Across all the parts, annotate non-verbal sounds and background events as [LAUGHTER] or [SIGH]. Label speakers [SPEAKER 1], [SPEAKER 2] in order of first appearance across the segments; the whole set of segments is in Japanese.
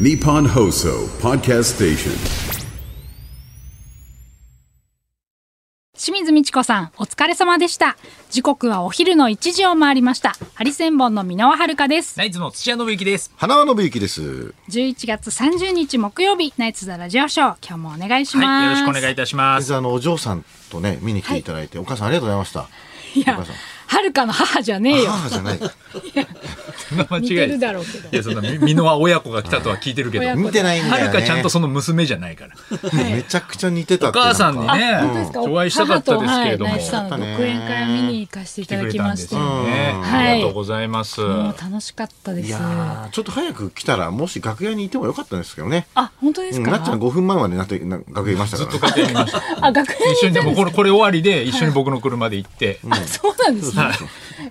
[SPEAKER 1] Nippon Hoso Podcast Station.
[SPEAKER 2] 清水美智子さんお疲れ様でした時刻はお昼の1時を回りましたハリセンボンの箕輪遥です
[SPEAKER 3] ナイツの土屋信之です。
[SPEAKER 4] 花輪信之です。
[SPEAKER 2] 11月30日木曜日ナイツザラジオショー今日もお願いします、
[SPEAKER 3] はい、よろしくお願いいたしま
[SPEAKER 4] あ
[SPEAKER 3] す。
[SPEAKER 4] あのお嬢さんとね見に来ていただいて、お母さんありがとうございました。
[SPEAKER 2] い
[SPEAKER 4] お
[SPEAKER 2] や
[SPEAKER 4] 母さん
[SPEAKER 2] 遥かの母じゃねえよ
[SPEAKER 4] 母じゃない。
[SPEAKER 3] [LAUGHS] 間違
[SPEAKER 2] 似
[SPEAKER 3] い
[SPEAKER 2] て
[SPEAKER 3] で
[SPEAKER 2] る
[SPEAKER 3] す
[SPEAKER 2] だろうけど
[SPEAKER 3] いや、そんな、み美濃は親子が来たとは聞いてるけど、
[SPEAKER 2] 親子
[SPEAKER 4] 見てないんだ
[SPEAKER 3] は
[SPEAKER 4] よ
[SPEAKER 3] る
[SPEAKER 4] ね。
[SPEAKER 3] かちゃんとその娘じゃないから。
[SPEAKER 4] めちゃくちゃ似てた
[SPEAKER 3] お
[SPEAKER 4] っていう
[SPEAKER 3] 母さんに
[SPEAKER 4] なんか
[SPEAKER 3] ね
[SPEAKER 2] あ本当です、か
[SPEAKER 3] お会いしたかったですけれど
[SPEAKER 2] 母とは
[SPEAKER 3] も、
[SPEAKER 2] いナイツさんの独演会を見に行かせてい
[SPEAKER 3] 来て
[SPEAKER 2] た
[SPEAKER 3] く
[SPEAKER 2] だ
[SPEAKER 3] れ
[SPEAKER 2] き
[SPEAKER 3] たん
[SPEAKER 2] ま
[SPEAKER 3] で
[SPEAKER 2] し
[SPEAKER 3] す
[SPEAKER 2] て
[SPEAKER 3] よね。
[SPEAKER 2] はい
[SPEAKER 3] ありがとうございます。
[SPEAKER 2] もう楽しかったで
[SPEAKER 4] い
[SPEAKER 2] す
[SPEAKER 4] やーちょっと早く来たらもし楽屋にいてもよかったんですけどね。
[SPEAKER 2] あ本当で
[SPEAKER 4] う
[SPEAKER 2] す
[SPEAKER 4] ん、
[SPEAKER 2] か、
[SPEAKER 4] なっちゃん5分前までなってな楽屋いました
[SPEAKER 3] ずっ
[SPEAKER 4] から、
[SPEAKER 3] と
[SPEAKER 4] ね。
[SPEAKER 3] 家庭にいました。
[SPEAKER 2] あ学園
[SPEAKER 3] 一緒にでもこれこれ終わりで一緒に僕の車で行って、
[SPEAKER 2] あそうなんですね。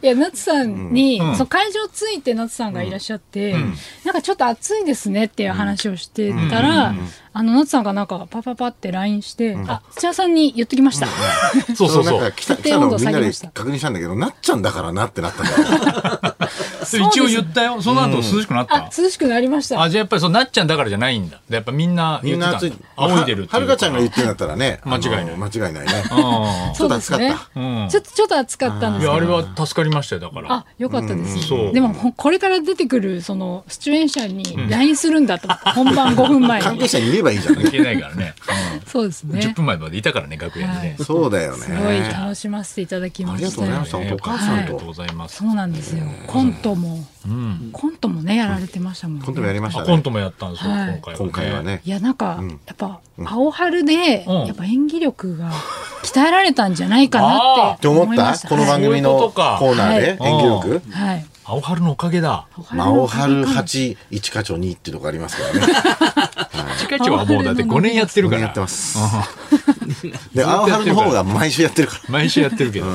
[SPEAKER 2] いや、夏さんに、
[SPEAKER 3] うん
[SPEAKER 2] そう会場ついて夏さんがいらっしゃって、なんかちょっと暑いですねっていう話をしてたら、あの夏さんがなんかパパパって LINE して、あ、土屋さんに言ってきました。 [LAUGHS]
[SPEAKER 3] そうそうそ
[SPEAKER 4] のな
[SPEAKER 3] うん
[SPEAKER 4] か。来た
[SPEAKER 2] 設
[SPEAKER 4] 来
[SPEAKER 2] 定
[SPEAKER 4] た
[SPEAKER 2] 温
[SPEAKER 4] の
[SPEAKER 2] 度
[SPEAKER 4] をみん
[SPEAKER 2] 下
[SPEAKER 4] な
[SPEAKER 2] げ
[SPEAKER 4] で
[SPEAKER 2] ました
[SPEAKER 4] 確認したんだけどなっちゃんだからなってなったから
[SPEAKER 2] うです
[SPEAKER 3] 一応言ったよ。その後涼しくなっ
[SPEAKER 2] あ
[SPEAKER 3] た、。
[SPEAKER 2] 涼しくなりました。
[SPEAKER 3] あ、じゃあやっぱりそうなっちゃんだからじゃないんだ。でやっぱみんな
[SPEAKER 4] み
[SPEAKER 3] 言
[SPEAKER 4] ん
[SPEAKER 3] って
[SPEAKER 4] な
[SPEAKER 3] たんだ
[SPEAKER 4] 暑い。
[SPEAKER 3] 仰いでるっていう
[SPEAKER 4] はるかちゃんが言ってんだったらね
[SPEAKER 3] 間違いない
[SPEAKER 4] あの間違いないね
[SPEAKER 3] うん
[SPEAKER 4] ちょっと暑かった、
[SPEAKER 3] うん
[SPEAKER 2] ちょっと、ちょっと暑かったんで
[SPEAKER 3] い
[SPEAKER 2] す
[SPEAKER 3] や、
[SPEAKER 2] け
[SPEAKER 3] あ
[SPEAKER 2] ど。
[SPEAKER 3] れは助かりましたよ、だから。
[SPEAKER 2] あ、よかったです。
[SPEAKER 3] そう
[SPEAKER 2] でも、ほこれから出てくる、その、出演者に LINE するんだと思って、本番5分
[SPEAKER 4] [LAUGHS]
[SPEAKER 2] 前
[SPEAKER 4] 関
[SPEAKER 2] に
[SPEAKER 4] 係。者に言えばいいじゃんね
[SPEAKER 3] いけないからね。
[SPEAKER 2] そうです
[SPEAKER 3] うん10
[SPEAKER 2] ね。
[SPEAKER 3] 分前までいたからね、楽屋にね。
[SPEAKER 4] そうだよね
[SPEAKER 2] すごい楽しませていただき
[SPEAKER 4] あ
[SPEAKER 2] ま
[SPEAKER 4] りがとう
[SPEAKER 2] した
[SPEAKER 4] ござ
[SPEAKER 2] よ
[SPEAKER 4] いまし。た
[SPEAKER 3] ね
[SPEAKER 4] 本当お母さん
[SPEAKER 3] ありがとう
[SPEAKER 4] と
[SPEAKER 3] ございます
[SPEAKER 2] そ。うなんですよ。コントも、コントもね、やられてましたもんね。
[SPEAKER 4] 今度もやりまし
[SPEAKER 3] あ
[SPEAKER 4] た
[SPEAKER 3] コン
[SPEAKER 4] ね
[SPEAKER 3] トもやったんですよ、
[SPEAKER 2] はい
[SPEAKER 3] 今回は。
[SPEAKER 4] 今回は。ね
[SPEAKER 2] いや、なんか、やっぱ、青春で、
[SPEAKER 3] うん
[SPEAKER 2] やっぱ演技力が鍛えられたんじゃないかな
[SPEAKER 3] あー
[SPEAKER 2] っ
[SPEAKER 3] って
[SPEAKER 2] て
[SPEAKER 4] 思
[SPEAKER 2] 思
[SPEAKER 4] っ
[SPEAKER 2] い
[SPEAKER 4] た
[SPEAKER 2] ました。
[SPEAKER 4] この番組
[SPEAKER 3] そういうこ
[SPEAKER 4] の
[SPEAKER 3] と
[SPEAKER 4] コ
[SPEAKER 3] か
[SPEAKER 4] ーナーで演
[SPEAKER 3] はい
[SPEAKER 4] 技力
[SPEAKER 2] はい。はい
[SPEAKER 3] 青春のおかげだ。
[SPEAKER 4] 魔王春八一課長二っていうとこありますからね
[SPEAKER 3] 一課長はもうだって5年やってるから。
[SPEAKER 4] やってます [LAUGHS] で青春の方が毎週やってるから
[SPEAKER 3] 毎週やってるけど。
[SPEAKER 2] は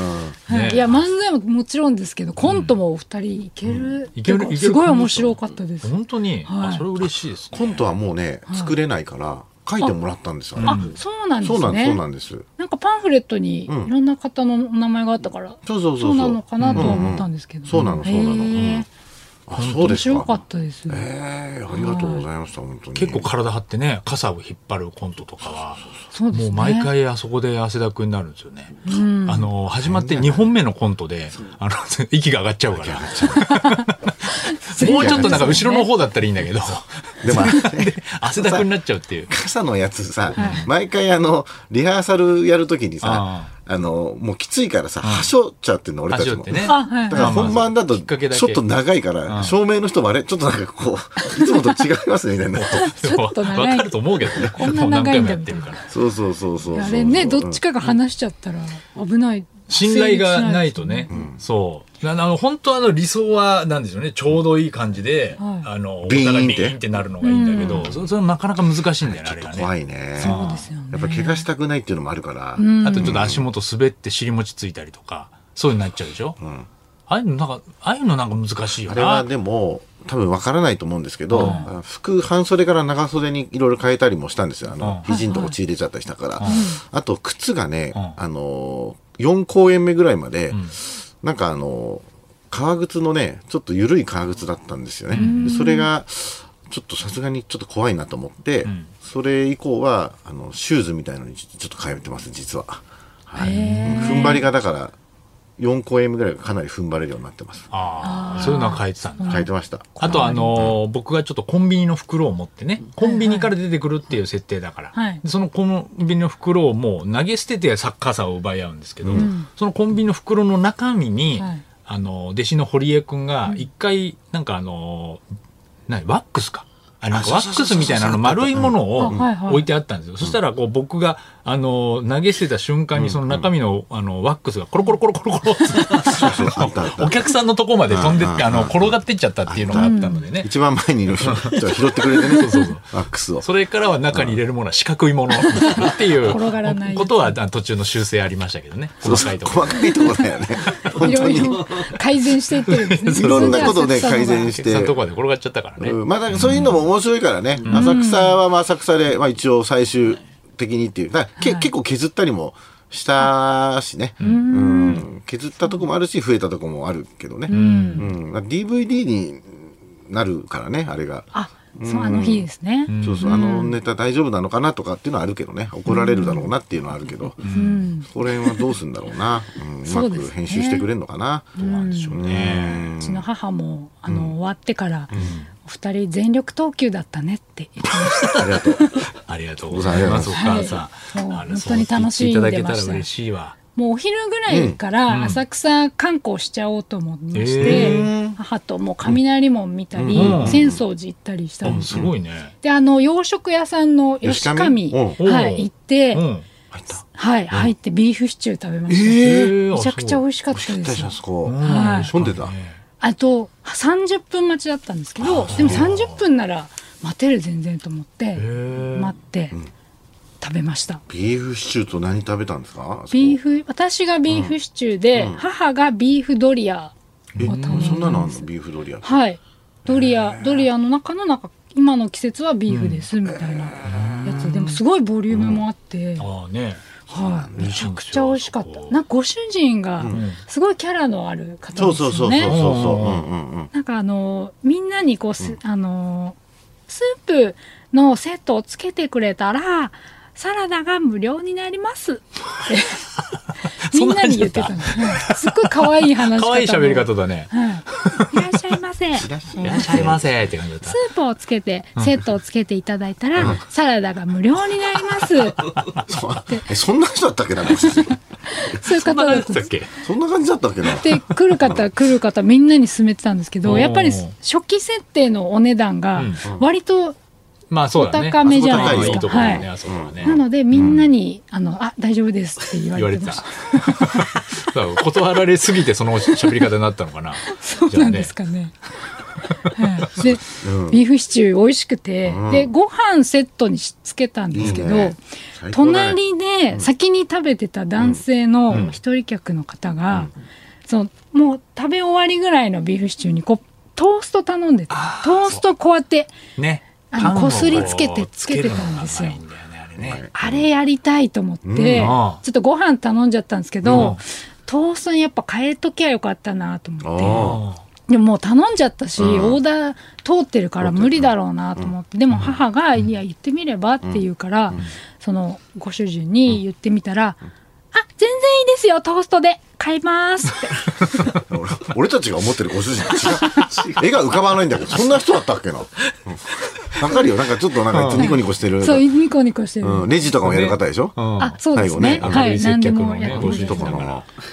[SPEAKER 2] いいや、漫才ももちろんですけど、コントもお二人いける。
[SPEAKER 3] いけるいける
[SPEAKER 2] すごい面白かったです。
[SPEAKER 3] 本当に、
[SPEAKER 2] はい
[SPEAKER 3] あそれ嬉しいですね。
[SPEAKER 4] コントはもうね作れないから書いてもらったんですよね
[SPEAKER 2] あ、そうなんで
[SPEAKER 4] そう
[SPEAKER 2] す
[SPEAKER 4] なんですそ
[SPEAKER 2] ね
[SPEAKER 4] うな。んです
[SPEAKER 2] なんかパンフレットにいろんな方のお名前があったから、
[SPEAKER 4] そうそうそうそう
[SPEAKER 2] なのかなとは思ったんですけど、
[SPEAKER 4] うんうんそうなのそうなの
[SPEAKER 2] へー
[SPEAKER 4] あそう
[SPEAKER 2] 面
[SPEAKER 4] です
[SPEAKER 2] 白か
[SPEAKER 4] か
[SPEAKER 2] ったです。
[SPEAKER 4] えーありがとうございました本当に
[SPEAKER 3] 結構体張ってね、傘を引っ張るコントとかは、
[SPEAKER 2] そうですね
[SPEAKER 3] もう毎回あそこで汗だくになるんですよね。あの、始まって2本目のコントで、あの、 [LAUGHS] 息が上がっちゃうから。もうちょっとなんか後ろの方だったらいいんだけど、
[SPEAKER 4] でも
[SPEAKER 3] [LAUGHS] 汗だくになっちゃうっていう。
[SPEAKER 4] 傘のやつさ、毎回あの、リハーサルやるときにさ
[SPEAKER 3] あ、
[SPEAKER 4] あの、もうきついからさ、はしょっちゃってんの、俺たち
[SPEAKER 3] 足を
[SPEAKER 4] も。
[SPEAKER 3] ってね。
[SPEAKER 2] あはいはい
[SPEAKER 4] だから本番だと、
[SPEAKER 3] きっかけだけ
[SPEAKER 4] ちょっと長いから、照明の人もあれ、ちょっとなんかこう、い [LAUGHS] つもと違いますねみたいな。
[SPEAKER 2] ちょっと長い
[SPEAKER 3] [LAUGHS] わかると思うけどね。
[SPEAKER 2] こんな長いんだ
[SPEAKER 3] もう何回もやってるから。
[SPEAKER 4] そうそうそうそうそう。
[SPEAKER 2] あれね、どっちかが話しちゃったら危ない。
[SPEAKER 3] 信頼がないとね。そう。あの、あの本当はあの理想は、なんでしょうね。ちょうどいい感じで、
[SPEAKER 2] はい
[SPEAKER 3] あの、お
[SPEAKER 4] ビーンって
[SPEAKER 3] 互いビーンってなるのがいいんだけど、そそれなかなか難しいんだよね、あれがね。
[SPEAKER 4] 怖いね。
[SPEAKER 2] そうですよね
[SPEAKER 4] やっぱ怪我したくないっていうのもあるから、
[SPEAKER 3] あとちょっと足元滑って尻餅ついたりとか、そういうのになっちゃうでしょ、ああいうのなんか、ああいうのなんか難しいよ
[SPEAKER 4] あ
[SPEAKER 3] な。
[SPEAKER 4] れはでも、多分わからないと思うんですけど、服、半袖から長袖にいろいろ変えたりもしたんですよ。あの、
[SPEAKER 3] うん
[SPEAKER 4] 肘のとこ血入れちゃったりしたから。あと、靴がね、
[SPEAKER 3] うん
[SPEAKER 4] あのー、4公演目ぐらいまで、なんかあのー、革靴のね、ちょっと緩い革靴だったんですよね。でそれが、ちょっとさすがにちょっと怖いなと思って、それ以降は、あの、シューズみたいのにちょっと変えてます、実は。はい。踏ん張りがだから、4公演目ぐらいがかなり踏ん張れるようになってます。
[SPEAKER 3] ああ、そういうのは変えてたんだ。
[SPEAKER 4] 変えてました。
[SPEAKER 3] あとあのー僕がちょっとコンビニの袋を持ってね、コンビニから出てくるっていう設定だから、
[SPEAKER 2] はい
[SPEAKER 3] でそのコンビニの袋をもう投げ捨ててサッカーさを奪い合うんですけど、そのコンビニの袋の中身に、
[SPEAKER 2] はい
[SPEAKER 3] あのー弟子の堀江くんが一回、なんかあのー何ワックスか。あなんかワックスみたいなの丸いものを
[SPEAKER 2] あはいはい
[SPEAKER 3] 置いてあったんですよ。そしたらこう僕があのー投げ捨てた瞬間にその中身のあのワックスがコロコロコロコロコロって
[SPEAKER 4] そうあったあった
[SPEAKER 3] お客さんのとこまで飛んでってあの転がってっちゃったっていうのがあったのでね。
[SPEAKER 4] 一番前にいる人
[SPEAKER 3] [LAUGHS]
[SPEAKER 4] が拾ってくれてね、
[SPEAKER 3] うそうそう
[SPEAKER 4] ワックスを。
[SPEAKER 3] それからは中に入れるものは四角いものっていう
[SPEAKER 2] 転がらない
[SPEAKER 3] ことはあ途中の修正ありましたけどね。細かいところ。
[SPEAKER 4] 細かいとこだよ
[SPEAKER 3] [LAUGHS]
[SPEAKER 4] ね。本
[SPEAKER 2] い
[SPEAKER 4] 当
[SPEAKER 2] ろい
[SPEAKER 4] に。
[SPEAKER 2] ろ改善していってるんですね。
[SPEAKER 4] [LAUGHS] いろんなことで改善
[SPEAKER 2] て。
[SPEAKER 4] し
[SPEAKER 3] お客さん
[SPEAKER 4] て
[SPEAKER 3] の。とこまで転がっちゃったからね。
[SPEAKER 4] うんまあ、だからそういうのも面白いからね。浅草はまあ浅草で、まあ一応最終的にっていう。だからけ結構削ったりもしたしね。うん削ったとこもあるし、増えたとこもあるけどね。うんだから DVD になるからね、あれが。
[SPEAKER 2] あ、そうあの日ですね、
[SPEAKER 4] そうそう、あのネタ大丈夫なのかなとかっていうのはあるけどね、怒られるだろうなっていうのはあるけど、これはどうするんだろうな、うん
[SPEAKER 2] [LAUGHS]
[SPEAKER 4] う
[SPEAKER 2] そ
[SPEAKER 4] ま
[SPEAKER 2] うですね
[SPEAKER 4] く編集してくれるのかな。
[SPEAKER 3] どうなんでしょうね。
[SPEAKER 2] うちの母もあの、終わってから、お二人全力投球だったね
[SPEAKER 3] [LAUGHS]
[SPEAKER 2] って言ってまし
[SPEAKER 4] ありがとう。
[SPEAKER 3] ありがとうございます、お母さ
[SPEAKER 2] は
[SPEAKER 3] ん。
[SPEAKER 2] いもう
[SPEAKER 3] あれ
[SPEAKER 2] 本当に楽しんでました
[SPEAKER 3] そう言っていただけたら嬉しいわ。
[SPEAKER 2] もうお昼ぐらいから浅草観光しちゃおうと思いまして、母ともう雷門見たり、
[SPEAKER 3] うん
[SPEAKER 2] 浅草寺行ったりしたん
[SPEAKER 3] あ
[SPEAKER 2] です
[SPEAKER 3] す
[SPEAKER 2] よ、
[SPEAKER 3] ごいね。
[SPEAKER 2] であの洋食屋さんの吉上
[SPEAKER 4] 吉上
[SPEAKER 3] うん
[SPEAKER 2] はい、行って、
[SPEAKER 3] うん。
[SPEAKER 4] 入った。
[SPEAKER 2] はい入ってビーフシチュー食べました、
[SPEAKER 3] ええ
[SPEAKER 2] めちゃくちゃ美味しかっ
[SPEAKER 4] 美味したかっ
[SPEAKER 2] で
[SPEAKER 4] たですしょ、
[SPEAKER 2] よ
[SPEAKER 4] あそこ。
[SPEAKER 2] はい
[SPEAKER 4] 混んでた。
[SPEAKER 2] あと30分待ちだったんですけどでも30分なら待てる全然と思って
[SPEAKER 3] え
[SPEAKER 2] 待って食べました
[SPEAKER 4] ビーフシチューと何食べたんですか
[SPEAKER 2] ビー
[SPEAKER 4] フ。
[SPEAKER 2] フ私がビーフシチューで、母がビーフドリアを
[SPEAKER 4] え
[SPEAKER 2] 食べま
[SPEAKER 4] そんなのあん
[SPEAKER 2] す
[SPEAKER 4] のビーフドリア。
[SPEAKER 2] はいドリアドリアの中の中今の季節はビーフですみたいなやつ、でもすごいボリュームもあって、
[SPEAKER 3] ああね。
[SPEAKER 2] はい、めちゃくちゃ美味しかった
[SPEAKER 3] うん
[SPEAKER 2] なんかご主人がすごいキャラのある方ですよ
[SPEAKER 4] そ
[SPEAKER 2] ね
[SPEAKER 4] うそうそうそうそうそう。うんうんうん。
[SPEAKER 2] なんかあのみんなにこうす、あのスープのセットをつけてくれたらサラダが無料になります [LAUGHS] ってみんなに言ってたの、はいすっごい可愛い話し方
[SPEAKER 3] 可
[SPEAKER 2] の
[SPEAKER 3] 愛い喋り方だね。
[SPEAKER 2] はい、いらっしゃいませ
[SPEAKER 4] いらっしゃ
[SPEAKER 3] いらっしゃいませって感じだった
[SPEAKER 2] ス。ープをつけてセットをつけていただいたら、サラダが無料になります [LAUGHS]
[SPEAKER 4] そうえ、そんな人だったっけな、ご主人
[SPEAKER 2] そういう
[SPEAKER 3] そ
[SPEAKER 2] 方
[SPEAKER 3] んな
[SPEAKER 2] だ
[SPEAKER 3] 感
[SPEAKER 2] ったん
[SPEAKER 3] じだ
[SPEAKER 2] で
[SPEAKER 3] っ
[SPEAKER 2] す
[SPEAKER 3] け
[SPEAKER 4] そんな感じだったっけな。
[SPEAKER 2] で来る方来る方みんなに勧めてたんですけ
[SPEAKER 3] お
[SPEAKER 2] ど
[SPEAKER 3] ー
[SPEAKER 2] やっぱり初期設定のお値段が割と
[SPEAKER 3] まあそうだね。
[SPEAKER 2] お高めじゃ
[SPEAKER 4] ないですか
[SPEAKER 3] あそこ高いいいところだね、
[SPEAKER 2] は
[SPEAKER 3] あそこはね。
[SPEAKER 2] なのでみんなに、あのあ大丈夫ですって言わ
[SPEAKER 3] 言わ
[SPEAKER 2] れ
[SPEAKER 3] れ
[SPEAKER 2] て
[SPEAKER 3] て
[SPEAKER 2] ま
[SPEAKER 3] た。
[SPEAKER 2] し
[SPEAKER 3] だ [LAUGHS]
[SPEAKER 2] た
[SPEAKER 3] から断られすぎてその喋り方になった
[SPEAKER 2] [LAUGHS]
[SPEAKER 3] のかな。
[SPEAKER 2] そうなんですかね。はいで、
[SPEAKER 4] うん
[SPEAKER 2] ビーフシチュー美味しくて、でご飯セットにしつけたんですけど
[SPEAKER 4] いいね最高だね
[SPEAKER 2] 隣で先に食べてた男性の一人客の方が、そのもう食べ終わりぐらいのビーフシチューにこうトースト頼んでてトーストこうやって
[SPEAKER 3] ね。
[SPEAKER 2] あの
[SPEAKER 3] パンを
[SPEAKER 2] こすりつけてつけてたん
[SPEAKER 3] つのが
[SPEAKER 2] ですよ
[SPEAKER 3] うまいんだよね、あれね。
[SPEAKER 2] あれやりたいと思って、ちょ
[SPEAKER 3] あ
[SPEAKER 2] っとご飯頼んじゃったんですけど、
[SPEAKER 3] うん
[SPEAKER 2] トーストにやっぱ変えときゃよかったなと思って。
[SPEAKER 4] あ
[SPEAKER 2] でももう頼んじゃったし、
[SPEAKER 4] ん
[SPEAKER 2] オーダー通ってるから無理だろうなと思って、でも母が、いや言ってみればって言うから、そのご主人に言ってみたら、あ全然いいですよトーストで買いますって
[SPEAKER 4] あ。俺俺たちが思ってるご主人 [LAUGHS] と違う。絵が浮かばないんだけど、そんな人だったっけな。うんわかるよ。なんかちょっとなんかいつもニコニコして [LAUGHS] る。
[SPEAKER 2] そうニコニコしてる、
[SPEAKER 4] うん、レジとかもやる方でしょ、
[SPEAKER 3] うん
[SPEAKER 2] あそうですね
[SPEAKER 4] 最後ね
[SPEAKER 2] は
[SPEAKER 3] 明るい
[SPEAKER 2] い
[SPEAKER 3] 接
[SPEAKER 2] 何で
[SPEAKER 3] 客
[SPEAKER 2] も
[SPEAKER 3] の
[SPEAKER 2] や
[SPEAKER 3] ね、
[SPEAKER 2] って
[SPEAKER 3] ご
[SPEAKER 2] ま
[SPEAKER 3] 主
[SPEAKER 2] し
[SPEAKER 3] 人
[SPEAKER 2] た
[SPEAKER 3] だ
[SPEAKER 2] ト
[SPEAKER 3] か。
[SPEAKER 4] とか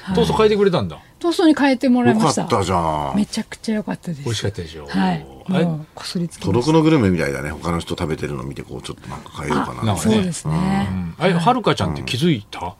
[SPEAKER 4] ら
[SPEAKER 3] トースト変えてくれたんだ。
[SPEAKER 2] ーストに変えてもらい
[SPEAKER 4] よか
[SPEAKER 2] ま
[SPEAKER 4] っ
[SPEAKER 2] した
[SPEAKER 4] たじゃん
[SPEAKER 2] め。ちゃくちゃ良かったです
[SPEAKER 3] 美味しかったでしょ。
[SPEAKER 2] はい
[SPEAKER 3] あれ
[SPEAKER 2] もうこすりつけ
[SPEAKER 4] 孤
[SPEAKER 2] まし
[SPEAKER 4] 独のグルメみたいだね。他の人食べてるの見て、こう、ちょっとなんか変えようか
[SPEAKER 3] な
[SPEAKER 4] な。
[SPEAKER 3] ん
[SPEAKER 2] たそ
[SPEAKER 3] かね
[SPEAKER 2] うですね、
[SPEAKER 3] うんあれ、はるかちゃんって気づいた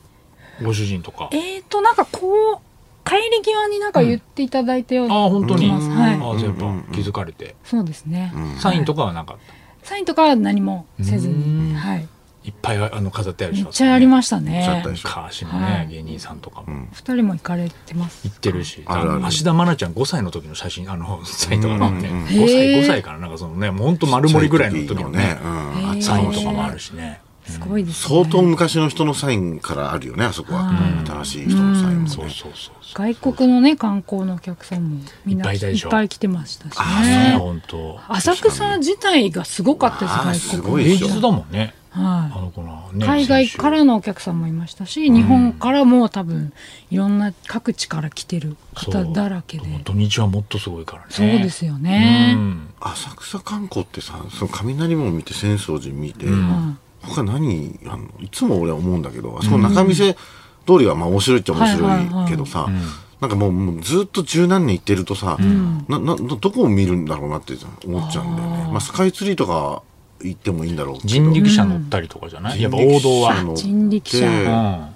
[SPEAKER 3] ご主人とか。
[SPEAKER 2] えーとなんかこう帰り際になんか言っていただいたような、
[SPEAKER 3] ああ、本当に。あ
[SPEAKER 2] う
[SPEAKER 3] あ
[SPEAKER 2] んはい
[SPEAKER 3] ー、じゃあやっぱ気づかれて。
[SPEAKER 2] そうですね、
[SPEAKER 3] サインとかはなかった。
[SPEAKER 2] サインとかは何もせず
[SPEAKER 3] うん
[SPEAKER 2] に、はい、
[SPEAKER 3] いっぱいあの飾ってある
[SPEAKER 2] め
[SPEAKER 3] でし
[SPEAKER 2] っ
[SPEAKER 3] ょ。
[SPEAKER 2] ちゃありま
[SPEAKER 3] し
[SPEAKER 2] した
[SPEAKER 4] ちゃあっ
[SPEAKER 2] ね
[SPEAKER 4] た。でしょ
[SPEAKER 3] 昔の
[SPEAKER 2] は
[SPEAKER 3] ね
[SPEAKER 2] い、
[SPEAKER 3] 芸人さんとか
[SPEAKER 4] ん
[SPEAKER 3] も
[SPEAKER 2] 二人も行かれてます。
[SPEAKER 3] 行ってるし、
[SPEAKER 4] あるある
[SPEAKER 3] あの芦田愛菜ちゃん5歳の時の写真、あの、サインとかもあって、
[SPEAKER 4] うんうん
[SPEAKER 3] 5
[SPEAKER 2] へー
[SPEAKER 3] 歳、5歳からなんかそのね、もうほんと丸盛りぐらいの時のね、
[SPEAKER 4] うん、あ
[SPEAKER 2] へー
[SPEAKER 4] っ
[SPEAKER 3] サイ
[SPEAKER 4] の
[SPEAKER 3] ンとかもあるしね。
[SPEAKER 2] すごいですね。
[SPEAKER 4] 相当昔の人のサインからあるよね、あそこは。新しい人のサインも、ね
[SPEAKER 3] そうそうそうそう。
[SPEAKER 2] 外国のね観光のお客さんもみん
[SPEAKER 3] いっぱ
[SPEAKER 2] ないい
[SPEAKER 3] いたでしょ
[SPEAKER 2] っぱい来てましたし
[SPEAKER 3] ああ、そう
[SPEAKER 2] ね。
[SPEAKER 3] 本当。
[SPEAKER 2] 浅草自体がすごかったです
[SPEAKER 4] す
[SPEAKER 2] 外
[SPEAKER 4] ご
[SPEAKER 2] 国。
[SPEAKER 4] い
[SPEAKER 3] 平
[SPEAKER 4] でしょ。
[SPEAKER 3] 日だもんね。あ
[SPEAKER 2] は
[SPEAKER 3] の子の
[SPEAKER 2] い。
[SPEAKER 3] ね。
[SPEAKER 2] 海外からのお客さんもいましたし、日本からも多分いろんな各地から来てる方だらけで。
[SPEAKER 3] そう土日はもっとすごいからね。
[SPEAKER 2] そうですよ
[SPEAKER 3] う
[SPEAKER 2] ね。
[SPEAKER 3] ん
[SPEAKER 4] 浅草観光ってさ、その雷門見て、浅草寺見て、
[SPEAKER 2] は
[SPEAKER 4] 他何あのいつも俺は思うんだけどあそこの仲見世通りはまあ面白いっちゃ面白いけどさ、なんかもうもうずっと十何年行ってるとさ、ななどこを見るんだろうなって思っちゃうんだよねまあ、スカイツリーとか行ってもいいんだろうけど
[SPEAKER 3] 人力車乗ったりとかじゃないやっぱ王道は。
[SPEAKER 4] 乗って
[SPEAKER 2] 人力車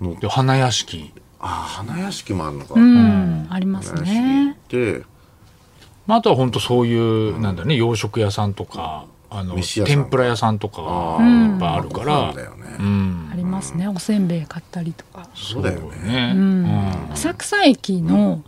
[SPEAKER 3] うんで花屋敷。
[SPEAKER 4] あ花屋敷もあるのか、
[SPEAKER 2] いうんあります
[SPEAKER 4] 花屋敷
[SPEAKER 2] ね。
[SPEAKER 4] 行って
[SPEAKER 3] まあ、あとは本当そういう、なんだね、洋食屋さんとか、あの、
[SPEAKER 4] 飯屋さん
[SPEAKER 3] 天ぷら屋さんとかが
[SPEAKER 4] あー
[SPEAKER 3] いっぱいあるか
[SPEAKER 4] そ
[SPEAKER 3] ら
[SPEAKER 4] うだ、よね、
[SPEAKER 3] うん。
[SPEAKER 2] ありますね。おせんべい買ったりとか。
[SPEAKER 4] そうだよ
[SPEAKER 3] ね。
[SPEAKER 4] ね
[SPEAKER 2] 浅草駅の